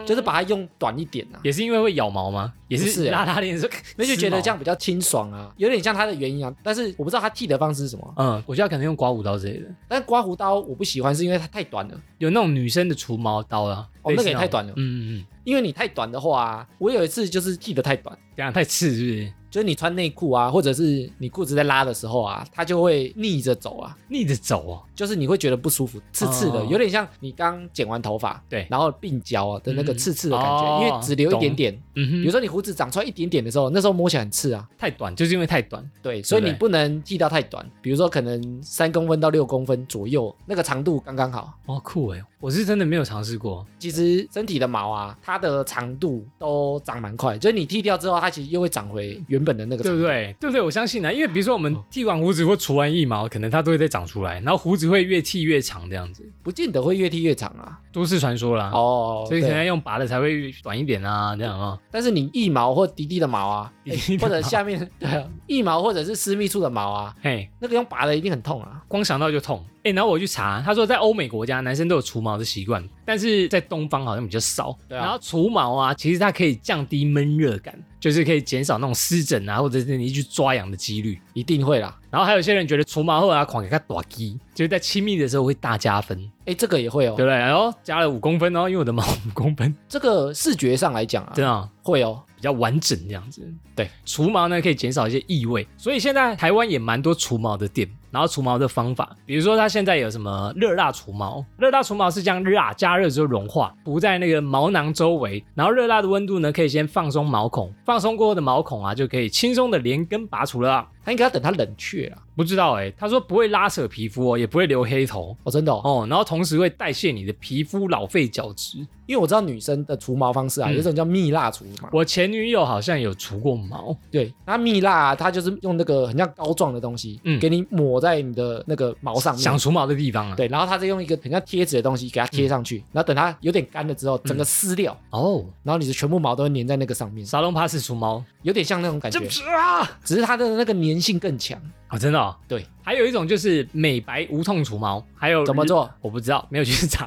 [SPEAKER 2] 啊，
[SPEAKER 1] 就是把它用短一点啊，
[SPEAKER 2] 也是因为会咬毛吗？也
[SPEAKER 1] 不是
[SPEAKER 2] 是
[SPEAKER 1] 耶
[SPEAKER 2] 拉拉链的时候，
[SPEAKER 1] 那就觉得这
[SPEAKER 2] 样。
[SPEAKER 1] 样比较清爽啊，有点像它的原因啊，但是我不知道它剃的方式是什么啊，
[SPEAKER 2] 嗯，我觉得可能用刮胡刀之类的，
[SPEAKER 1] 但刮胡刀我不喜欢是因为它太短了，
[SPEAKER 2] 有那种女生的除毛刀啊，
[SPEAKER 1] 哦那个也
[SPEAKER 2] 类似种
[SPEAKER 1] 太短了
[SPEAKER 2] 嗯嗯嗯，
[SPEAKER 1] 因为你太短的话、啊，我有一次就是剃的太短。
[SPEAKER 2] 这样太刺是不是？
[SPEAKER 1] 就是你穿内裤啊，或者是你裤子在拉的时候啊，它就会逆着走啊，
[SPEAKER 2] 逆着走哦，
[SPEAKER 1] 就是你会觉得不舒服，刺刺的，
[SPEAKER 2] 哦
[SPEAKER 1] 有点像你刚剪完头发，
[SPEAKER 2] 对
[SPEAKER 1] 然后鬓角啊的那个
[SPEAKER 2] 嗯
[SPEAKER 1] 刺刺的感觉，
[SPEAKER 2] 哦
[SPEAKER 1] 因为只留一点点。
[SPEAKER 2] 嗯哼，
[SPEAKER 1] 比如说你胡子长出来一点点的时候，那时候摸起来很刺啊，
[SPEAKER 2] 太短，就是因为太短。
[SPEAKER 1] 对，所以
[SPEAKER 2] 对
[SPEAKER 1] 你不能剃到太短，比如说可能三公分到六公分左右，那个长度刚刚好。
[SPEAKER 2] 哦，酷哎，我是真的没有尝试过。
[SPEAKER 1] 其实身体的毛啊，它的长度都长蛮快，就是你剃掉之后，它其实又会长回原本的那个
[SPEAKER 2] 对
[SPEAKER 1] 长
[SPEAKER 2] 不
[SPEAKER 1] 度。
[SPEAKER 2] 对？对不对？我相信啊，因为比如说我们
[SPEAKER 1] 哦
[SPEAKER 2] 剃完胡子或除完腋毛，可能它都会再长出来，然后胡子会越剃越长这样子，
[SPEAKER 1] 不见得会越剃越长啊。
[SPEAKER 2] 都市传说啦。
[SPEAKER 1] 哦，
[SPEAKER 2] 所以可
[SPEAKER 1] 对
[SPEAKER 2] 能要用拔的才会短一点啊，这样啊。
[SPEAKER 1] 但是你腋毛或滴滴的毛啊，
[SPEAKER 2] 滴滴的
[SPEAKER 1] 或者下面 (laughs) 对啊，腋毛或者是私密处的毛啊，
[SPEAKER 2] 嘿，
[SPEAKER 1] 那个用拔的一定很痛啊。
[SPEAKER 2] 光想到就痛。哎、然后我去查，他说在欧美国家男生都有除毛的习惯，但是在东方好像比较少。
[SPEAKER 1] 对啊
[SPEAKER 2] 然后除毛啊，其实它可以降低闷热感，就是可以减少那种湿疹啊，或者是你去抓痒的几率。
[SPEAKER 1] 一定会啦。
[SPEAKER 2] 然后还有些人觉得除毛后啊，狂给它打鸡，就是在亲密的时候会大加分，
[SPEAKER 1] 哎，这个也会哦
[SPEAKER 2] 对不，对？然后加了五公分哦，因为我的毛五公分，
[SPEAKER 1] 这个视觉上来讲啊，
[SPEAKER 2] 真的哦、
[SPEAKER 1] 会哦。
[SPEAKER 2] 比较完整这样子。
[SPEAKER 1] 对，
[SPEAKER 2] 除毛呢可以减少一些异味，所以现在台湾也蛮多除毛的店，然后除毛的方法，比如说它现在有什么热蜡除毛，热蜡除毛是将蜡加热之后融化，涂在那个毛囊周围，然后热蜡的温度呢可以先放松毛孔，放松过后的毛孔啊就可以轻松的连根拔除了啊。
[SPEAKER 1] 他应该要等它冷却啦。
[SPEAKER 2] 不知道哎、他说不会拉扯皮肤哦，也不会留黑头
[SPEAKER 1] 哦，真的哦，
[SPEAKER 2] 哦，然后同时会代谢你的皮肤老废角质。
[SPEAKER 1] 因为我知道女生的除毛方式啊，
[SPEAKER 2] 嗯
[SPEAKER 1] 有一种叫蜜蜡除嘛。
[SPEAKER 2] 我前女友好像有除过毛，
[SPEAKER 1] 对，那蜜蜡啊，它就是用那个很像膏状的东西，
[SPEAKER 2] 嗯
[SPEAKER 1] 给你抹在你的那个毛上
[SPEAKER 2] 想
[SPEAKER 1] 面。
[SPEAKER 2] 除毛的地方啊。
[SPEAKER 1] 对，然后它再用一个很像贴纸的东西给它贴上
[SPEAKER 2] 嗯
[SPEAKER 1] 去，然后等它有点干了之后，整个撕掉，
[SPEAKER 2] 哦，
[SPEAKER 1] 然后你的全部毛都会粘在那个上面，
[SPEAKER 2] 沙龙帕斯除毛，
[SPEAKER 1] 有点像那种感觉。
[SPEAKER 2] 啊？
[SPEAKER 1] 只是它的那个粘性更强。
[SPEAKER 2] 哦，真的、哦。
[SPEAKER 1] 对，
[SPEAKER 2] 还有一种就是美白无痛除毛，还有
[SPEAKER 1] 怎么？做？
[SPEAKER 2] 我不知道，没有去 (laughs) 查。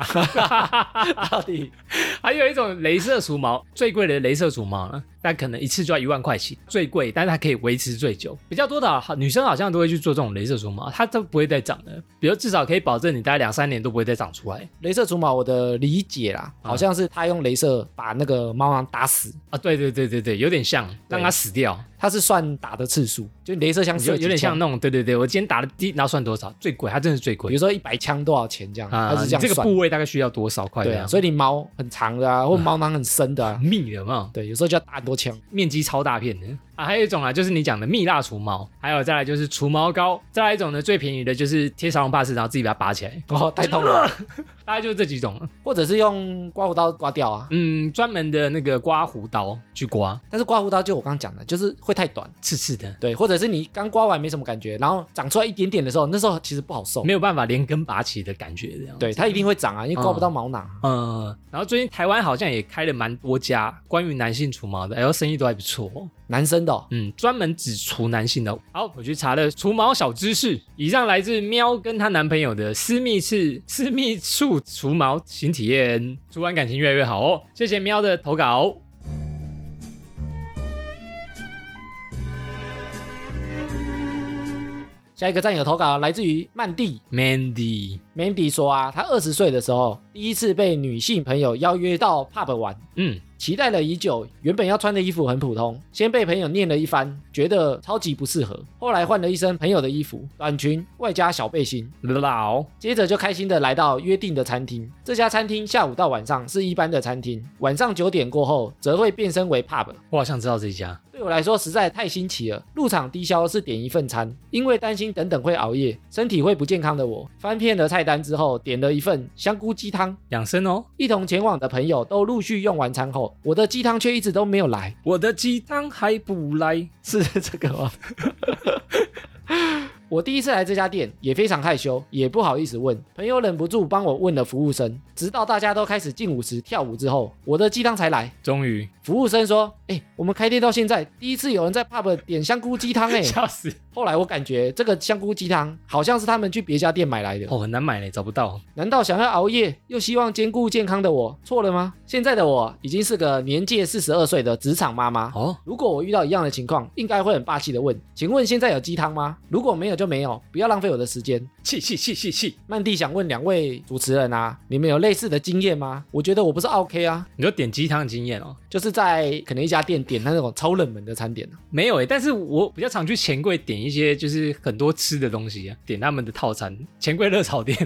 [SPEAKER 1] 到底
[SPEAKER 2] 还有一种镭射除毛，最贵的镭射除毛呢，但可能一次就要一万块起，最贵，但是它可以维持最久。比较多的啊女生好像都会去做这种镭射除毛，它都不会再长的，比如至少可以保证你大概两三年都不会再长出来
[SPEAKER 1] 镭射除毛？我的理解啦，
[SPEAKER 2] 嗯
[SPEAKER 1] 好像是他用镭射把那个猫囊打死，
[SPEAKER 2] 啊。对对对对对，有点像让它死掉，
[SPEAKER 1] 它是算打的次数，就镭射枪
[SPEAKER 2] 有
[SPEAKER 1] 射几
[SPEAKER 2] 有点像
[SPEAKER 1] 枪，
[SPEAKER 2] 那种对对对，我今天打的第一，然后算多少，最贵，它真的是最
[SPEAKER 1] 比
[SPEAKER 2] 贵
[SPEAKER 1] 如说一百枪多少钱这样，
[SPEAKER 2] 啊
[SPEAKER 1] 它。是这样
[SPEAKER 2] 你这个
[SPEAKER 1] 算。
[SPEAKER 2] 部位大概需要多少块这
[SPEAKER 1] 对
[SPEAKER 2] 样？
[SPEAKER 1] 啊，所以你毛很长的啊，或毛囊很深的啊，
[SPEAKER 2] 密的嘛，
[SPEAKER 1] 对，有时候就要打很多枪。
[SPEAKER 2] 面积超大片的。啊，还有一种啊，就是你讲的蜜蜡除毛，还有再来就是除毛膏，再来一种呢，最便宜的就是贴沙龙帕斯，然后自己把它拔起来，
[SPEAKER 1] 哦，太痛
[SPEAKER 2] 啊
[SPEAKER 1] 了，
[SPEAKER 2] 大概就是这几种了。
[SPEAKER 1] 或者是用刮胡刀刮掉啊。
[SPEAKER 2] 嗯，专门的那个刮胡刀去刮，
[SPEAKER 1] 但是刮胡刀就我刚刚讲的，就是会太短，
[SPEAKER 2] 刺刺的，
[SPEAKER 1] 对，或者是你刚刮完没什么感觉，然后长出来一点点的时候，那时候其实不好受，
[SPEAKER 2] 没有办法连根拔起的感觉，这样。
[SPEAKER 1] 对，它一定会长啊，因为刮不到毛囊。
[SPEAKER 2] 嗯，然后最近台湾好像也开了蛮多家关于男性除毛的，哎呦，生意都还不错、哦。
[SPEAKER 1] 男生的、哦，
[SPEAKER 2] 嗯，专门只除男性的。好，我去查了除毛小知识。以上来自喵跟她男朋友的私密处 (laughs) 私密处除毛新体验，除完感情越来越好哦。谢谢喵的投稿。
[SPEAKER 1] 下一个战友投稿来自于曼蒂
[SPEAKER 2] Mandy，
[SPEAKER 1] ，Mandy 说啊，她二十岁的时候第一次被女性朋友邀约到 pub 玩，
[SPEAKER 2] 嗯，
[SPEAKER 1] 期待了已久，原本要穿的衣服很普通，先被朋友念了一番，觉得超级不适合。后来换了一身朋友的衣服，短裙外加小背心，
[SPEAKER 2] 老，
[SPEAKER 1] 接着就开心的来到约定的餐厅。这家餐厅下午到晚上是一般的餐厅，晚上九点过后则会变身为 pub。
[SPEAKER 2] 我好像知道这一家。
[SPEAKER 1] 对我来说实在太新奇了。入场低消是点一份餐，因为担心等等会熬夜，身体会不健康的我，翻遍了菜单之后，点了一份香菇鸡汤。
[SPEAKER 2] 养生哦，
[SPEAKER 1] 一同前往的朋友都陆续用完餐后，我的鸡汤却一直都没有来，
[SPEAKER 2] 我的鸡汤还不来，
[SPEAKER 1] 是这个吗？ (laughs) 我第一次来这家店，也非常害羞，也不好意思问。朋友忍不住帮我问了服务生，直到大家都开始进舞池跳舞之后，我的鸡汤才来。
[SPEAKER 2] 终于
[SPEAKER 1] 服务生说：“哎、我们开店到现在，第一次有人在 pub 点香菇鸡汤哎、 (laughs)
[SPEAKER 2] 笑死，
[SPEAKER 1] 后来我感觉这个香菇鸡汤好像是他们去别家店买来的。
[SPEAKER 2] 哦，很难买嘞，找不到。
[SPEAKER 1] 难道想要熬夜又希望兼顾健康的我错了吗？现在的我已经是个年届四十二岁的职场妈妈。
[SPEAKER 2] 哦，
[SPEAKER 1] 如果我遇到一样的情况，应该会很霸气的问：“请问现在有鸡汤吗？”如果没有就没有，不要浪费我的时间。
[SPEAKER 2] 气气气气气，
[SPEAKER 1] 曼蒂想问两位主持人啊，你们有类似的经验吗？我觉得我不是 OK 啊，
[SPEAKER 2] 你说点鸡汤的经验哦。
[SPEAKER 1] 就是在可能一家店点那种超冷门的餐点啊
[SPEAKER 2] 没有诶、欸但是我比较常去钱柜点一些就是很多吃的东西啊，点他们的套餐，钱柜
[SPEAKER 1] (laughs)
[SPEAKER 2] 热炒店，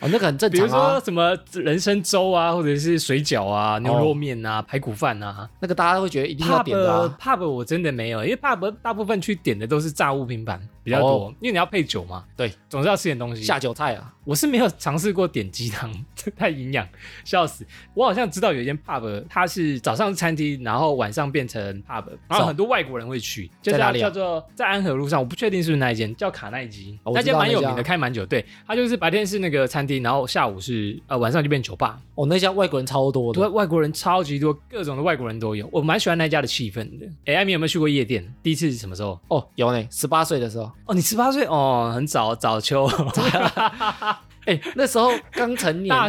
[SPEAKER 1] 哦，那个很正
[SPEAKER 2] 比如
[SPEAKER 1] 常
[SPEAKER 2] 说
[SPEAKER 1] 啊，
[SPEAKER 2] 什么人参粥啊，或者是水饺啊、牛肉面啊、排骨饭啊。
[SPEAKER 1] 那个大家会哦觉得一定要
[SPEAKER 2] pub
[SPEAKER 1] 点的啊。
[SPEAKER 2] pub 我真的没有，因为 pub 大部分去点的都是炸物拼盘比较多，因为你要配酒嘛，
[SPEAKER 1] 哦对，
[SPEAKER 2] 总是要吃点东西。
[SPEAKER 1] 下酒菜啊，
[SPEAKER 2] 我是没有尝试过点鸡汤，这太营养，笑死！我好像知道有一间 pub，它是早上是餐厅，然后晚上变成 pub，然后很多外国人会去，就
[SPEAKER 1] 在
[SPEAKER 2] 是
[SPEAKER 1] 哪
[SPEAKER 2] 它
[SPEAKER 1] 里啊
[SPEAKER 2] 叫做在安和路上，我不确定是不是那一间，叫卡耐基，
[SPEAKER 1] 哦我
[SPEAKER 2] 那
[SPEAKER 1] 知
[SPEAKER 2] 间
[SPEAKER 1] 道
[SPEAKER 2] 蛮有
[SPEAKER 1] 那家
[SPEAKER 2] 名的，开蛮久。对，它就是白天是那个餐厅，然后下午是呃晚上就变酒吧，
[SPEAKER 1] 哦，那家外国人超多
[SPEAKER 2] 对，
[SPEAKER 1] 的，
[SPEAKER 2] 外国人超级多，各种的外国人都有，我蛮喜欢那家的气氛的。哎，艾米有没有去过夜店？第一次是什么时候？
[SPEAKER 1] 哦，有呢，十八岁的时候，
[SPEAKER 2] 哦，你十八岁哦，很早早秋， (laughs)
[SPEAKER 1] 哎，那时候刚成年，
[SPEAKER 2] 大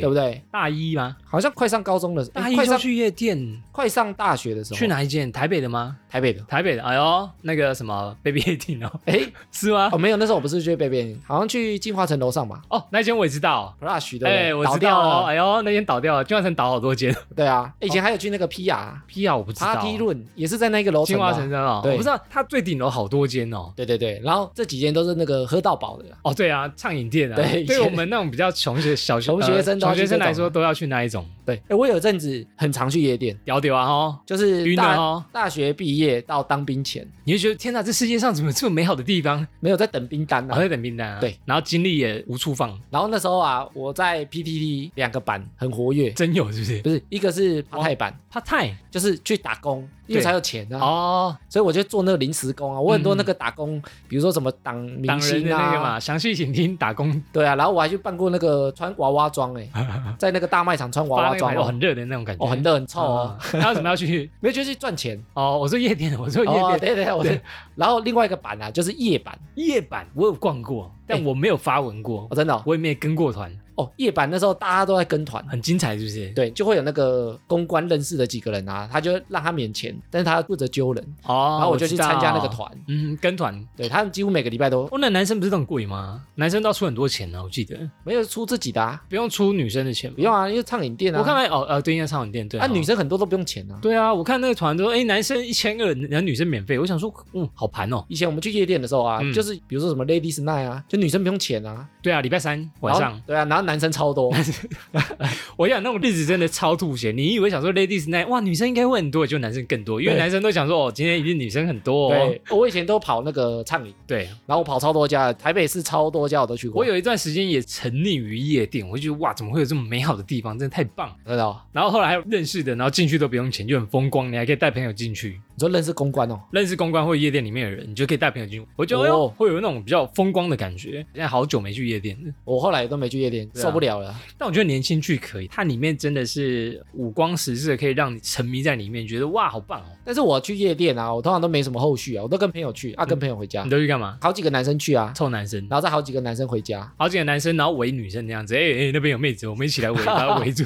[SPEAKER 1] 对
[SPEAKER 2] 哎，
[SPEAKER 1] 不对？
[SPEAKER 2] 大一吗？
[SPEAKER 1] 好像快上高中的时候，哎
[SPEAKER 2] 大一
[SPEAKER 1] 快
[SPEAKER 2] 就
[SPEAKER 1] 上
[SPEAKER 2] 去夜店，
[SPEAKER 1] 快上大学的时候，
[SPEAKER 2] 去？哪一间？台北的吗？
[SPEAKER 1] 台北的。
[SPEAKER 2] 台北的，哎呦，那个什么 Baby
[SPEAKER 1] (laughs)
[SPEAKER 2] Eighteen 哦，
[SPEAKER 1] 哎、
[SPEAKER 2] 是吗
[SPEAKER 1] 哦，？没有，那时候我不是去北边，好像去进化城楼上吧
[SPEAKER 2] 哦，那间我也知道，
[SPEAKER 1] ，Plush 的，
[SPEAKER 2] 哎，我
[SPEAKER 1] 倒
[SPEAKER 2] 知道
[SPEAKER 1] 掉
[SPEAKER 2] 哦，
[SPEAKER 1] 了。
[SPEAKER 2] 哎呦，那间倒掉了，金华城倒好多间
[SPEAKER 1] 对啊，以前还有去那个 PR
[SPEAKER 2] ，P R 我不哦知道，
[SPEAKER 1] Party Room，也是在那个楼层
[SPEAKER 2] 金
[SPEAKER 1] 吧
[SPEAKER 2] 华城真哦，
[SPEAKER 1] 对
[SPEAKER 2] 我不知道，它最顶楼好多间哦。
[SPEAKER 1] 对对对，然后这几间都是那个喝到饱的，
[SPEAKER 2] 哦，对啊，畅饮店啊，
[SPEAKER 1] 对
[SPEAKER 2] 对我们那种比较穷学
[SPEAKER 1] (laughs)
[SPEAKER 2] 小
[SPEAKER 1] 穷学生
[SPEAKER 2] 呃
[SPEAKER 1] 都要
[SPEAKER 2] 穷
[SPEAKER 1] 去
[SPEAKER 2] 学生
[SPEAKER 1] 这种
[SPEAKER 2] 来说，都要去那一种，
[SPEAKER 1] 对，哎，我有阵子很常去夜店，
[SPEAKER 2] 屌屌啊哈！
[SPEAKER 1] 就是
[SPEAKER 2] 晕了
[SPEAKER 1] 大、
[SPEAKER 2] 哦
[SPEAKER 1] 大学毕业到当兵前，
[SPEAKER 2] 你就觉得天哪，这世界上怎么有这么美好的地方？
[SPEAKER 1] 没有在等兵单
[SPEAKER 2] 我
[SPEAKER 1] 啊。
[SPEAKER 2] 在等名单啊，
[SPEAKER 1] 对，
[SPEAKER 2] 然后精力也无处放，
[SPEAKER 1] 然后那时候啊，我在 PTT 两个版很活跃，
[SPEAKER 2] 真有是不是
[SPEAKER 1] 不是一个是派泰版，
[SPEAKER 2] ？Part time
[SPEAKER 1] 就是去打工，因为
[SPEAKER 2] 哦对
[SPEAKER 1] 才有钱啊。
[SPEAKER 2] 哦，
[SPEAKER 1] 所以我就做那个临时工啊，我很多
[SPEAKER 2] 嗯
[SPEAKER 1] 那个打工，比如说什么当
[SPEAKER 2] 党
[SPEAKER 1] 明
[SPEAKER 2] 人
[SPEAKER 1] 星
[SPEAKER 2] 的那个
[SPEAKER 1] 啊，
[SPEAKER 2] 嘛，详细请听打
[SPEAKER 1] (laughs)
[SPEAKER 2] 工
[SPEAKER 1] 对啊，然后我还去办过那个穿娃娃装哎、在那个大卖场穿娃
[SPEAKER 2] 发那
[SPEAKER 1] 娃
[SPEAKER 2] 个
[SPEAKER 1] 装
[SPEAKER 2] 牌哦，很热的那种感觉，
[SPEAKER 1] 哦很热很臭哦 (laughs)
[SPEAKER 2] 哦，。他为什么要去？
[SPEAKER 1] 没有就是去赚钱
[SPEAKER 2] 哦，我说夜店， (laughs) 我说夜
[SPEAKER 1] 哦，
[SPEAKER 2] 店，
[SPEAKER 1] 对对对，我是
[SPEAKER 2] 对。
[SPEAKER 1] 然后另外一个版啊，就是夜版
[SPEAKER 2] 夜版我有逛过，但
[SPEAKER 1] 哎
[SPEAKER 2] 我没有发文过
[SPEAKER 1] 哦，，真的哦
[SPEAKER 2] 我也没跟过团，
[SPEAKER 1] 哦，夜版那时候大家都在跟团，
[SPEAKER 2] 很精彩是不是？
[SPEAKER 1] 对，就会有那个公关认识的几个人啊，他就让他免钱，但是他负责揪人，
[SPEAKER 2] 哦，
[SPEAKER 1] 然后我就去
[SPEAKER 2] 知道
[SPEAKER 1] 参加那个团，
[SPEAKER 2] 嗯，跟团。
[SPEAKER 1] 对他们几乎每个礼拜都
[SPEAKER 2] 哦，那男生不是都很贵吗？男生都要出很多钱啊呢、我记得
[SPEAKER 1] 没有出自己的啊，
[SPEAKER 2] 不用出女生的钱。
[SPEAKER 1] 不用啊，因为唱影店啊，
[SPEAKER 2] 我看看哦，呃，对，应该唱饮店对。
[SPEAKER 1] 啊
[SPEAKER 2] 哦
[SPEAKER 1] 女生很多都不用钱啊。
[SPEAKER 2] 对啊，我看那个团说，哎，男生一千二，然后女生免费。我想说，嗯，好盘哦。
[SPEAKER 1] 以前我们去夜店的时候啊，
[SPEAKER 2] 嗯
[SPEAKER 1] 就是比如说什么 Ladies Night 啊，就女生不用钱啊，
[SPEAKER 2] 对啊，礼拜三晚
[SPEAKER 1] 然
[SPEAKER 2] 上
[SPEAKER 1] 后对啊，然后男生超
[SPEAKER 2] (laughs)
[SPEAKER 1] 多，
[SPEAKER 2] 我想那种日子真的超吐血。你以为想说 ladies night 哇，女生应该会很多，就男生更多，因为
[SPEAKER 1] 对
[SPEAKER 2] 男生都想说哦，今天一定女生很多、哦。
[SPEAKER 1] 对我以前都跑那个畅饮，
[SPEAKER 2] 对，
[SPEAKER 1] 然后我跑超多家的，台北市超多家我都去过。
[SPEAKER 2] 我有一段时间也沉溺于夜店，我就觉得哇，怎么会有这么美好的地方，真的太棒了。
[SPEAKER 1] 真的哦，
[SPEAKER 2] 然后后来还有认识的，然后进去都不用钱，就很风光，你还可以带朋友进去。
[SPEAKER 1] 你说认识公关哦，
[SPEAKER 2] 认识公关或夜店里面的人，你就可以带朋友进去。我觉得、哎呦
[SPEAKER 1] 哦
[SPEAKER 2] 会有那种比较风光的感觉。现在好久没去夜店了，
[SPEAKER 1] 我后来也都没去夜店，
[SPEAKER 2] 对啊
[SPEAKER 1] 受不了了。
[SPEAKER 2] 但我觉得年轻去可以，它里面真的是五光十色，可以让你沉迷在里面，觉得哇，好棒哦！
[SPEAKER 1] 但是我去夜店啊，我通常都没什么后续啊，我都跟朋友去啊，
[SPEAKER 2] 嗯
[SPEAKER 1] 跟朋友回家，
[SPEAKER 2] 你都去干嘛？
[SPEAKER 1] 好几个男生去啊，
[SPEAKER 2] 臭男生，
[SPEAKER 1] 然后再好几个男生回家。
[SPEAKER 2] 好几个男生，然后围女生那样子，哎、哎、那边有妹子，我们一起
[SPEAKER 1] (laughs)
[SPEAKER 2] 来围，把她围住。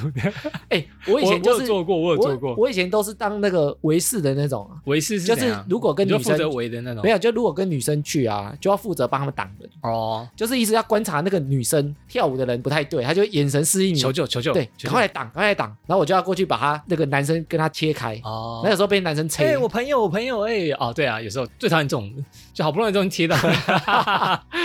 [SPEAKER 1] 哎、我以前就
[SPEAKER 2] 我有
[SPEAKER 1] 是
[SPEAKER 2] 做过，我有做
[SPEAKER 1] 我
[SPEAKER 2] 过，
[SPEAKER 1] 我以前都是当那个维士的那种啊，
[SPEAKER 2] 围是
[SPEAKER 1] 就
[SPEAKER 2] 怎
[SPEAKER 1] 是
[SPEAKER 2] 样
[SPEAKER 1] 如果跟
[SPEAKER 2] 你就
[SPEAKER 1] 女
[SPEAKER 2] 负责
[SPEAKER 1] 生
[SPEAKER 2] 围的那种
[SPEAKER 1] 没。有，就如果跟女生去啊，就要负责帮他们挡人，
[SPEAKER 2] 哦，
[SPEAKER 1] 就是一直要观察那个女生跳舞的人不太对，他就眼神示意你
[SPEAKER 2] 求，救，求救，
[SPEAKER 1] 对，赶
[SPEAKER 2] 求救
[SPEAKER 1] 快来挡，赶快来挡，然后我就要过去把他那个男生跟他切开，
[SPEAKER 2] 哦
[SPEAKER 1] 那有时候被男生
[SPEAKER 2] 哎、
[SPEAKER 1] 切，
[SPEAKER 2] 我朋友，我朋友，哎、哦，对啊，有时候最讨厌这种，就好不容易终于贴
[SPEAKER 1] (laughs)
[SPEAKER 2] 到，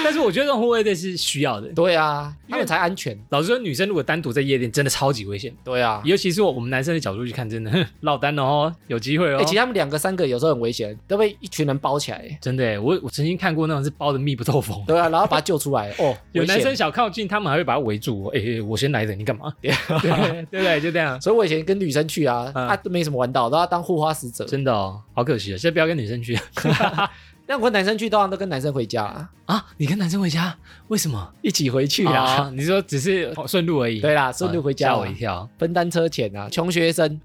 [SPEAKER 2] 但是我觉得这种护卫队是需要的。
[SPEAKER 1] 对啊，
[SPEAKER 2] 因为
[SPEAKER 1] 他们才安全，
[SPEAKER 2] 老实说，女生如果单独在夜店，真的超级危险，
[SPEAKER 1] 对啊，
[SPEAKER 2] 尤其是我们男生的角度去看，真的 (laughs) 哼落单了哦，有机会哦。
[SPEAKER 1] 哎、其实他们两个三个有时候很危险，都被一群人包起来，
[SPEAKER 2] 真的耶，我我曾经看过那种是包的密不透风，
[SPEAKER 1] 对啊，然后把他救出
[SPEAKER 2] (laughs)
[SPEAKER 1] 来，哦，
[SPEAKER 2] 有
[SPEAKER 1] 危险
[SPEAKER 2] 男生，想靠近，他们还会把他围住。哎、哎我先来的，你干嘛？
[SPEAKER 1] (laughs)
[SPEAKER 2] 对对不对？就这样，
[SPEAKER 1] 所以我以前跟女生去啊，
[SPEAKER 2] 嗯
[SPEAKER 1] 啊都没什么玩到，都要当护花使者，
[SPEAKER 2] 真的哦，好可惜啊！现在不要跟女生去 (laughs)
[SPEAKER 1] 但我跟男生去，通常都跟男生回家、啊，
[SPEAKER 2] 啊！你跟男生回家，为什么？
[SPEAKER 1] 一起回去啊，
[SPEAKER 2] 啊，你说只是顺路而已，
[SPEAKER 1] 对啦，顺路回家、
[SPEAKER 2] 吓
[SPEAKER 1] 啊
[SPEAKER 2] 我一，跳。 (laughs)
[SPEAKER 1] 分单车钱啊，穷学生，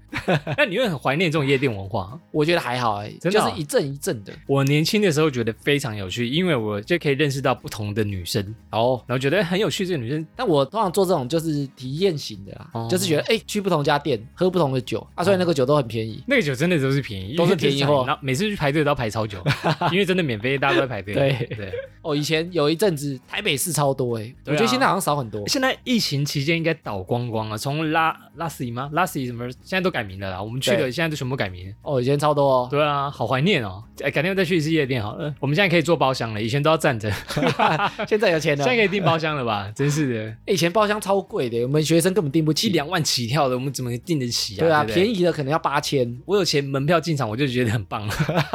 [SPEAKER 2] 那你会很怀念这种夜店文化？
[SPEAKER 1] 我觉得还好哎、
[SPEAKER 2] 真
[SPEAKER 1] 就
[SPEAKER 2] 的哦
[SPEAKER 1] 是一阵一阵的，
[SPEAKER 2] 我年轻的时候觉得非常有趣，因为我就可以认识到不同的女生，
[SPEAKER 1] 哦。
[SPEAKER 2] 然后觉得很有趣。这个女生
[SPEAKER 1] 但我通常做这种就是体验型的啦，
[SPEAKER 2] 哦
[SPEAKER 1] 就是觉得哎、去不同家店喝不同的酒啊，虽然那个酒都很便宜，
[SPEAKER 2] 那个酒真的都是便宜，
[SPEAKER 1] 都是便宜货
[SPEAKER 2] 然后每次去排队都要排
[SPEAKER 1] (laughs)
[SPEAKER 2] 超久，因为真的免费，大家都在排队。
[SPEAKER 1] 对
[SPEAKER 2] 对，
[SPEAKER 1] 哦，以前有一阵子台北市超多哎、我
[SPEAKER 2] 对啊
[SPEAKER 1] 觉得现在好像少很多，
[SPEAKER 2] 现在疫情期间应该倒光光了，从拉拉斯姨吗？拉斯姨什么？现在都改名了啦。我们去的
[SPEAKER 1] 对
[SPEAKER 2] 现在都全部改名。
[SPEAKER 1] 哦，以前超多
[SPEAKER 2] (laughs)
[SPEAKER 1] 哦，
[SPEAKER 2] 对啊，好怀念哦！哎，改天再去一次夜店好了。我们现在可以坐包厢了，以前都要站着， (laughs)
[SPEAKER 1] 现在有钱了
[SPEAKER 2] 现在，可以订包厢了吧？真是的，
[SPEAKER 1] 以前包厢超贵的，我们学生根本订不起。
[SPEAKER 2] 一两万起跳的，我们怎么订得起啊？
[SPEAKER 1] 对啊，
[SPEAKER 2] 不
[SPEAKER 1] 便宜的可能要八千。
[SPEAKER 2] 我有钱门票进场，我就觉得很棒 (laughs) 了。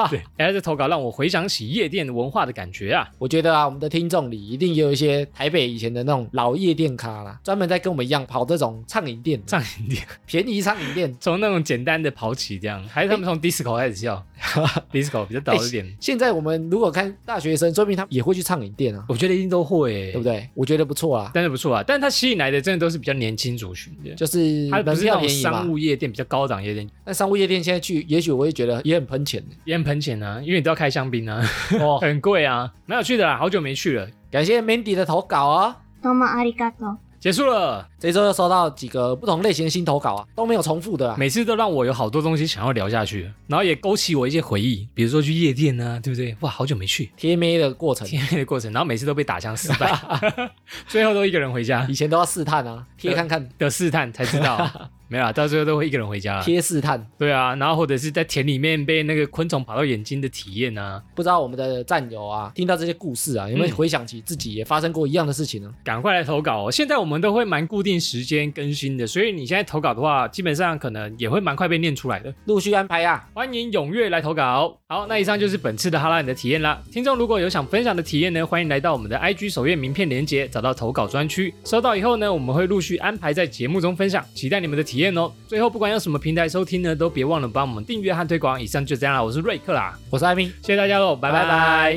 [SPEAKER 2] 对，哎，这投稿让我回想起夜店文化的感觉啊。
[SPEAKER 1] 我觉得啊，我们的听众里一定也有一些台北以前的那种老夜店咖啦，专门在跟我们一样跑这种畅饮店、
[SPEAKER 2] 上一点，
[SPEAKER 1] 便宜畅饮店。
[SPEAKER 2] 从那种简单的跑起这样，还是他们从 disco 开始笑 (laughs) ，disco 比较早一点，
[SPEAKER 1] 现在我们如果看大学生，说不定他们也会去畅饮店啊，
[SPEAKER 2] 我觉得一定都会、欸
[SPEAKER 1] 对不
[SPEAKER 2] 对？
[SPEAKER 1] 对？我觉得不错啊，
[SPEAKER 2] 但是不错啊，但它吸引来的真的都是比较年轻族群的，
[SPEAKER 1] 就是
[SPEAKER 2] 它不
[SPEAKER 1] 门
[SPEAKER 2] 是
[SPEAKER 1] 嗯
[SPEAKER 2] 那
[SPEAKER 1] 票
[SPEAKER 2] 种
[SPEAKER 1] 便宜嘛
[SPEAKER 2] 商。务夜店，比较高档夜店。
[SPEAKER 1] 但商务夜店现在去，也许我会觉得也很喷钱的
[SPEAKER 2] 也很喷钱啊，因为你都要开香槟啊，
[SPEAKER 1] 哦。
[SPEAKER 2] 很贵啊，蛮有趣的啦，好久没去了，
[SPEAKER 1] 感谢 Mandy 的投稿啊。
[SPEAKER 3] どうもありがとう。
[SPEAKER 2] 结束了，
[SPEAKER 1] 这周又收到几个不同类型的新投稿啊，都没有重复的啊。
[SPEAKER 2] 每次都让我有好多东西想要聊下去，然后也勾起我一些回忆，比如说去夜店啊，对不对？哇，好久没去，
[SPEAKER 1] 贴妹的过程，
[SPEAKER 2] 体验的过程，然后每次都被打枪失败， (laughs) 最后都一个人回家
[SPEAKER 1] 以前都要试探啊，贴看看，
[SPEAKER 2] 的试探才
[SPEAKER 1] (laughs)
[SPEAKER 2] 知道，没有啦，到最后都会一个人回家啦。
[SPEAKER 1] 贴试探。
[SPEAKER 2] 对啊，然后或者是在田里面被那个昆虫爬到眼睛的体验啊，
[SPEAKER 1] 不知道我们的战友啊，听到这些故事啊，有没有
[SPEAKER 2] 嗯
[SPEAKER 1] 回想起自己也发生过一样的事情呢？
[SPEAKER 2] 赶快来投稿哦！现在我们都会蛮固定时间更新的，所以你现在投稿的话，基本上可能也会蛮快被念出来的。
[SPEAKER 1] 陆续安排啊，
[SPEAKER 2] 欢迎踊跃来投稿。好，那以上就是本次的哈拉你的体验啦。听众如果有想分享的体验呢，欢迎来到我们的 IG 首页名片连接，找到投稿专区，收到以后呢，我们会陆续安排在节目中分享，期待你们的体验哦。最后，不管用什么平台收听呢，都别忘了帮我们订阅和推广。以上就这样啦，我是瑞克啦，
[SPEAKER 1] 我是艾米，
[SPEAKER 2] 谢谢大家喽，拜拜
[SPEAKER 1] 拜拜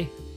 [SPEAKER 2] 拜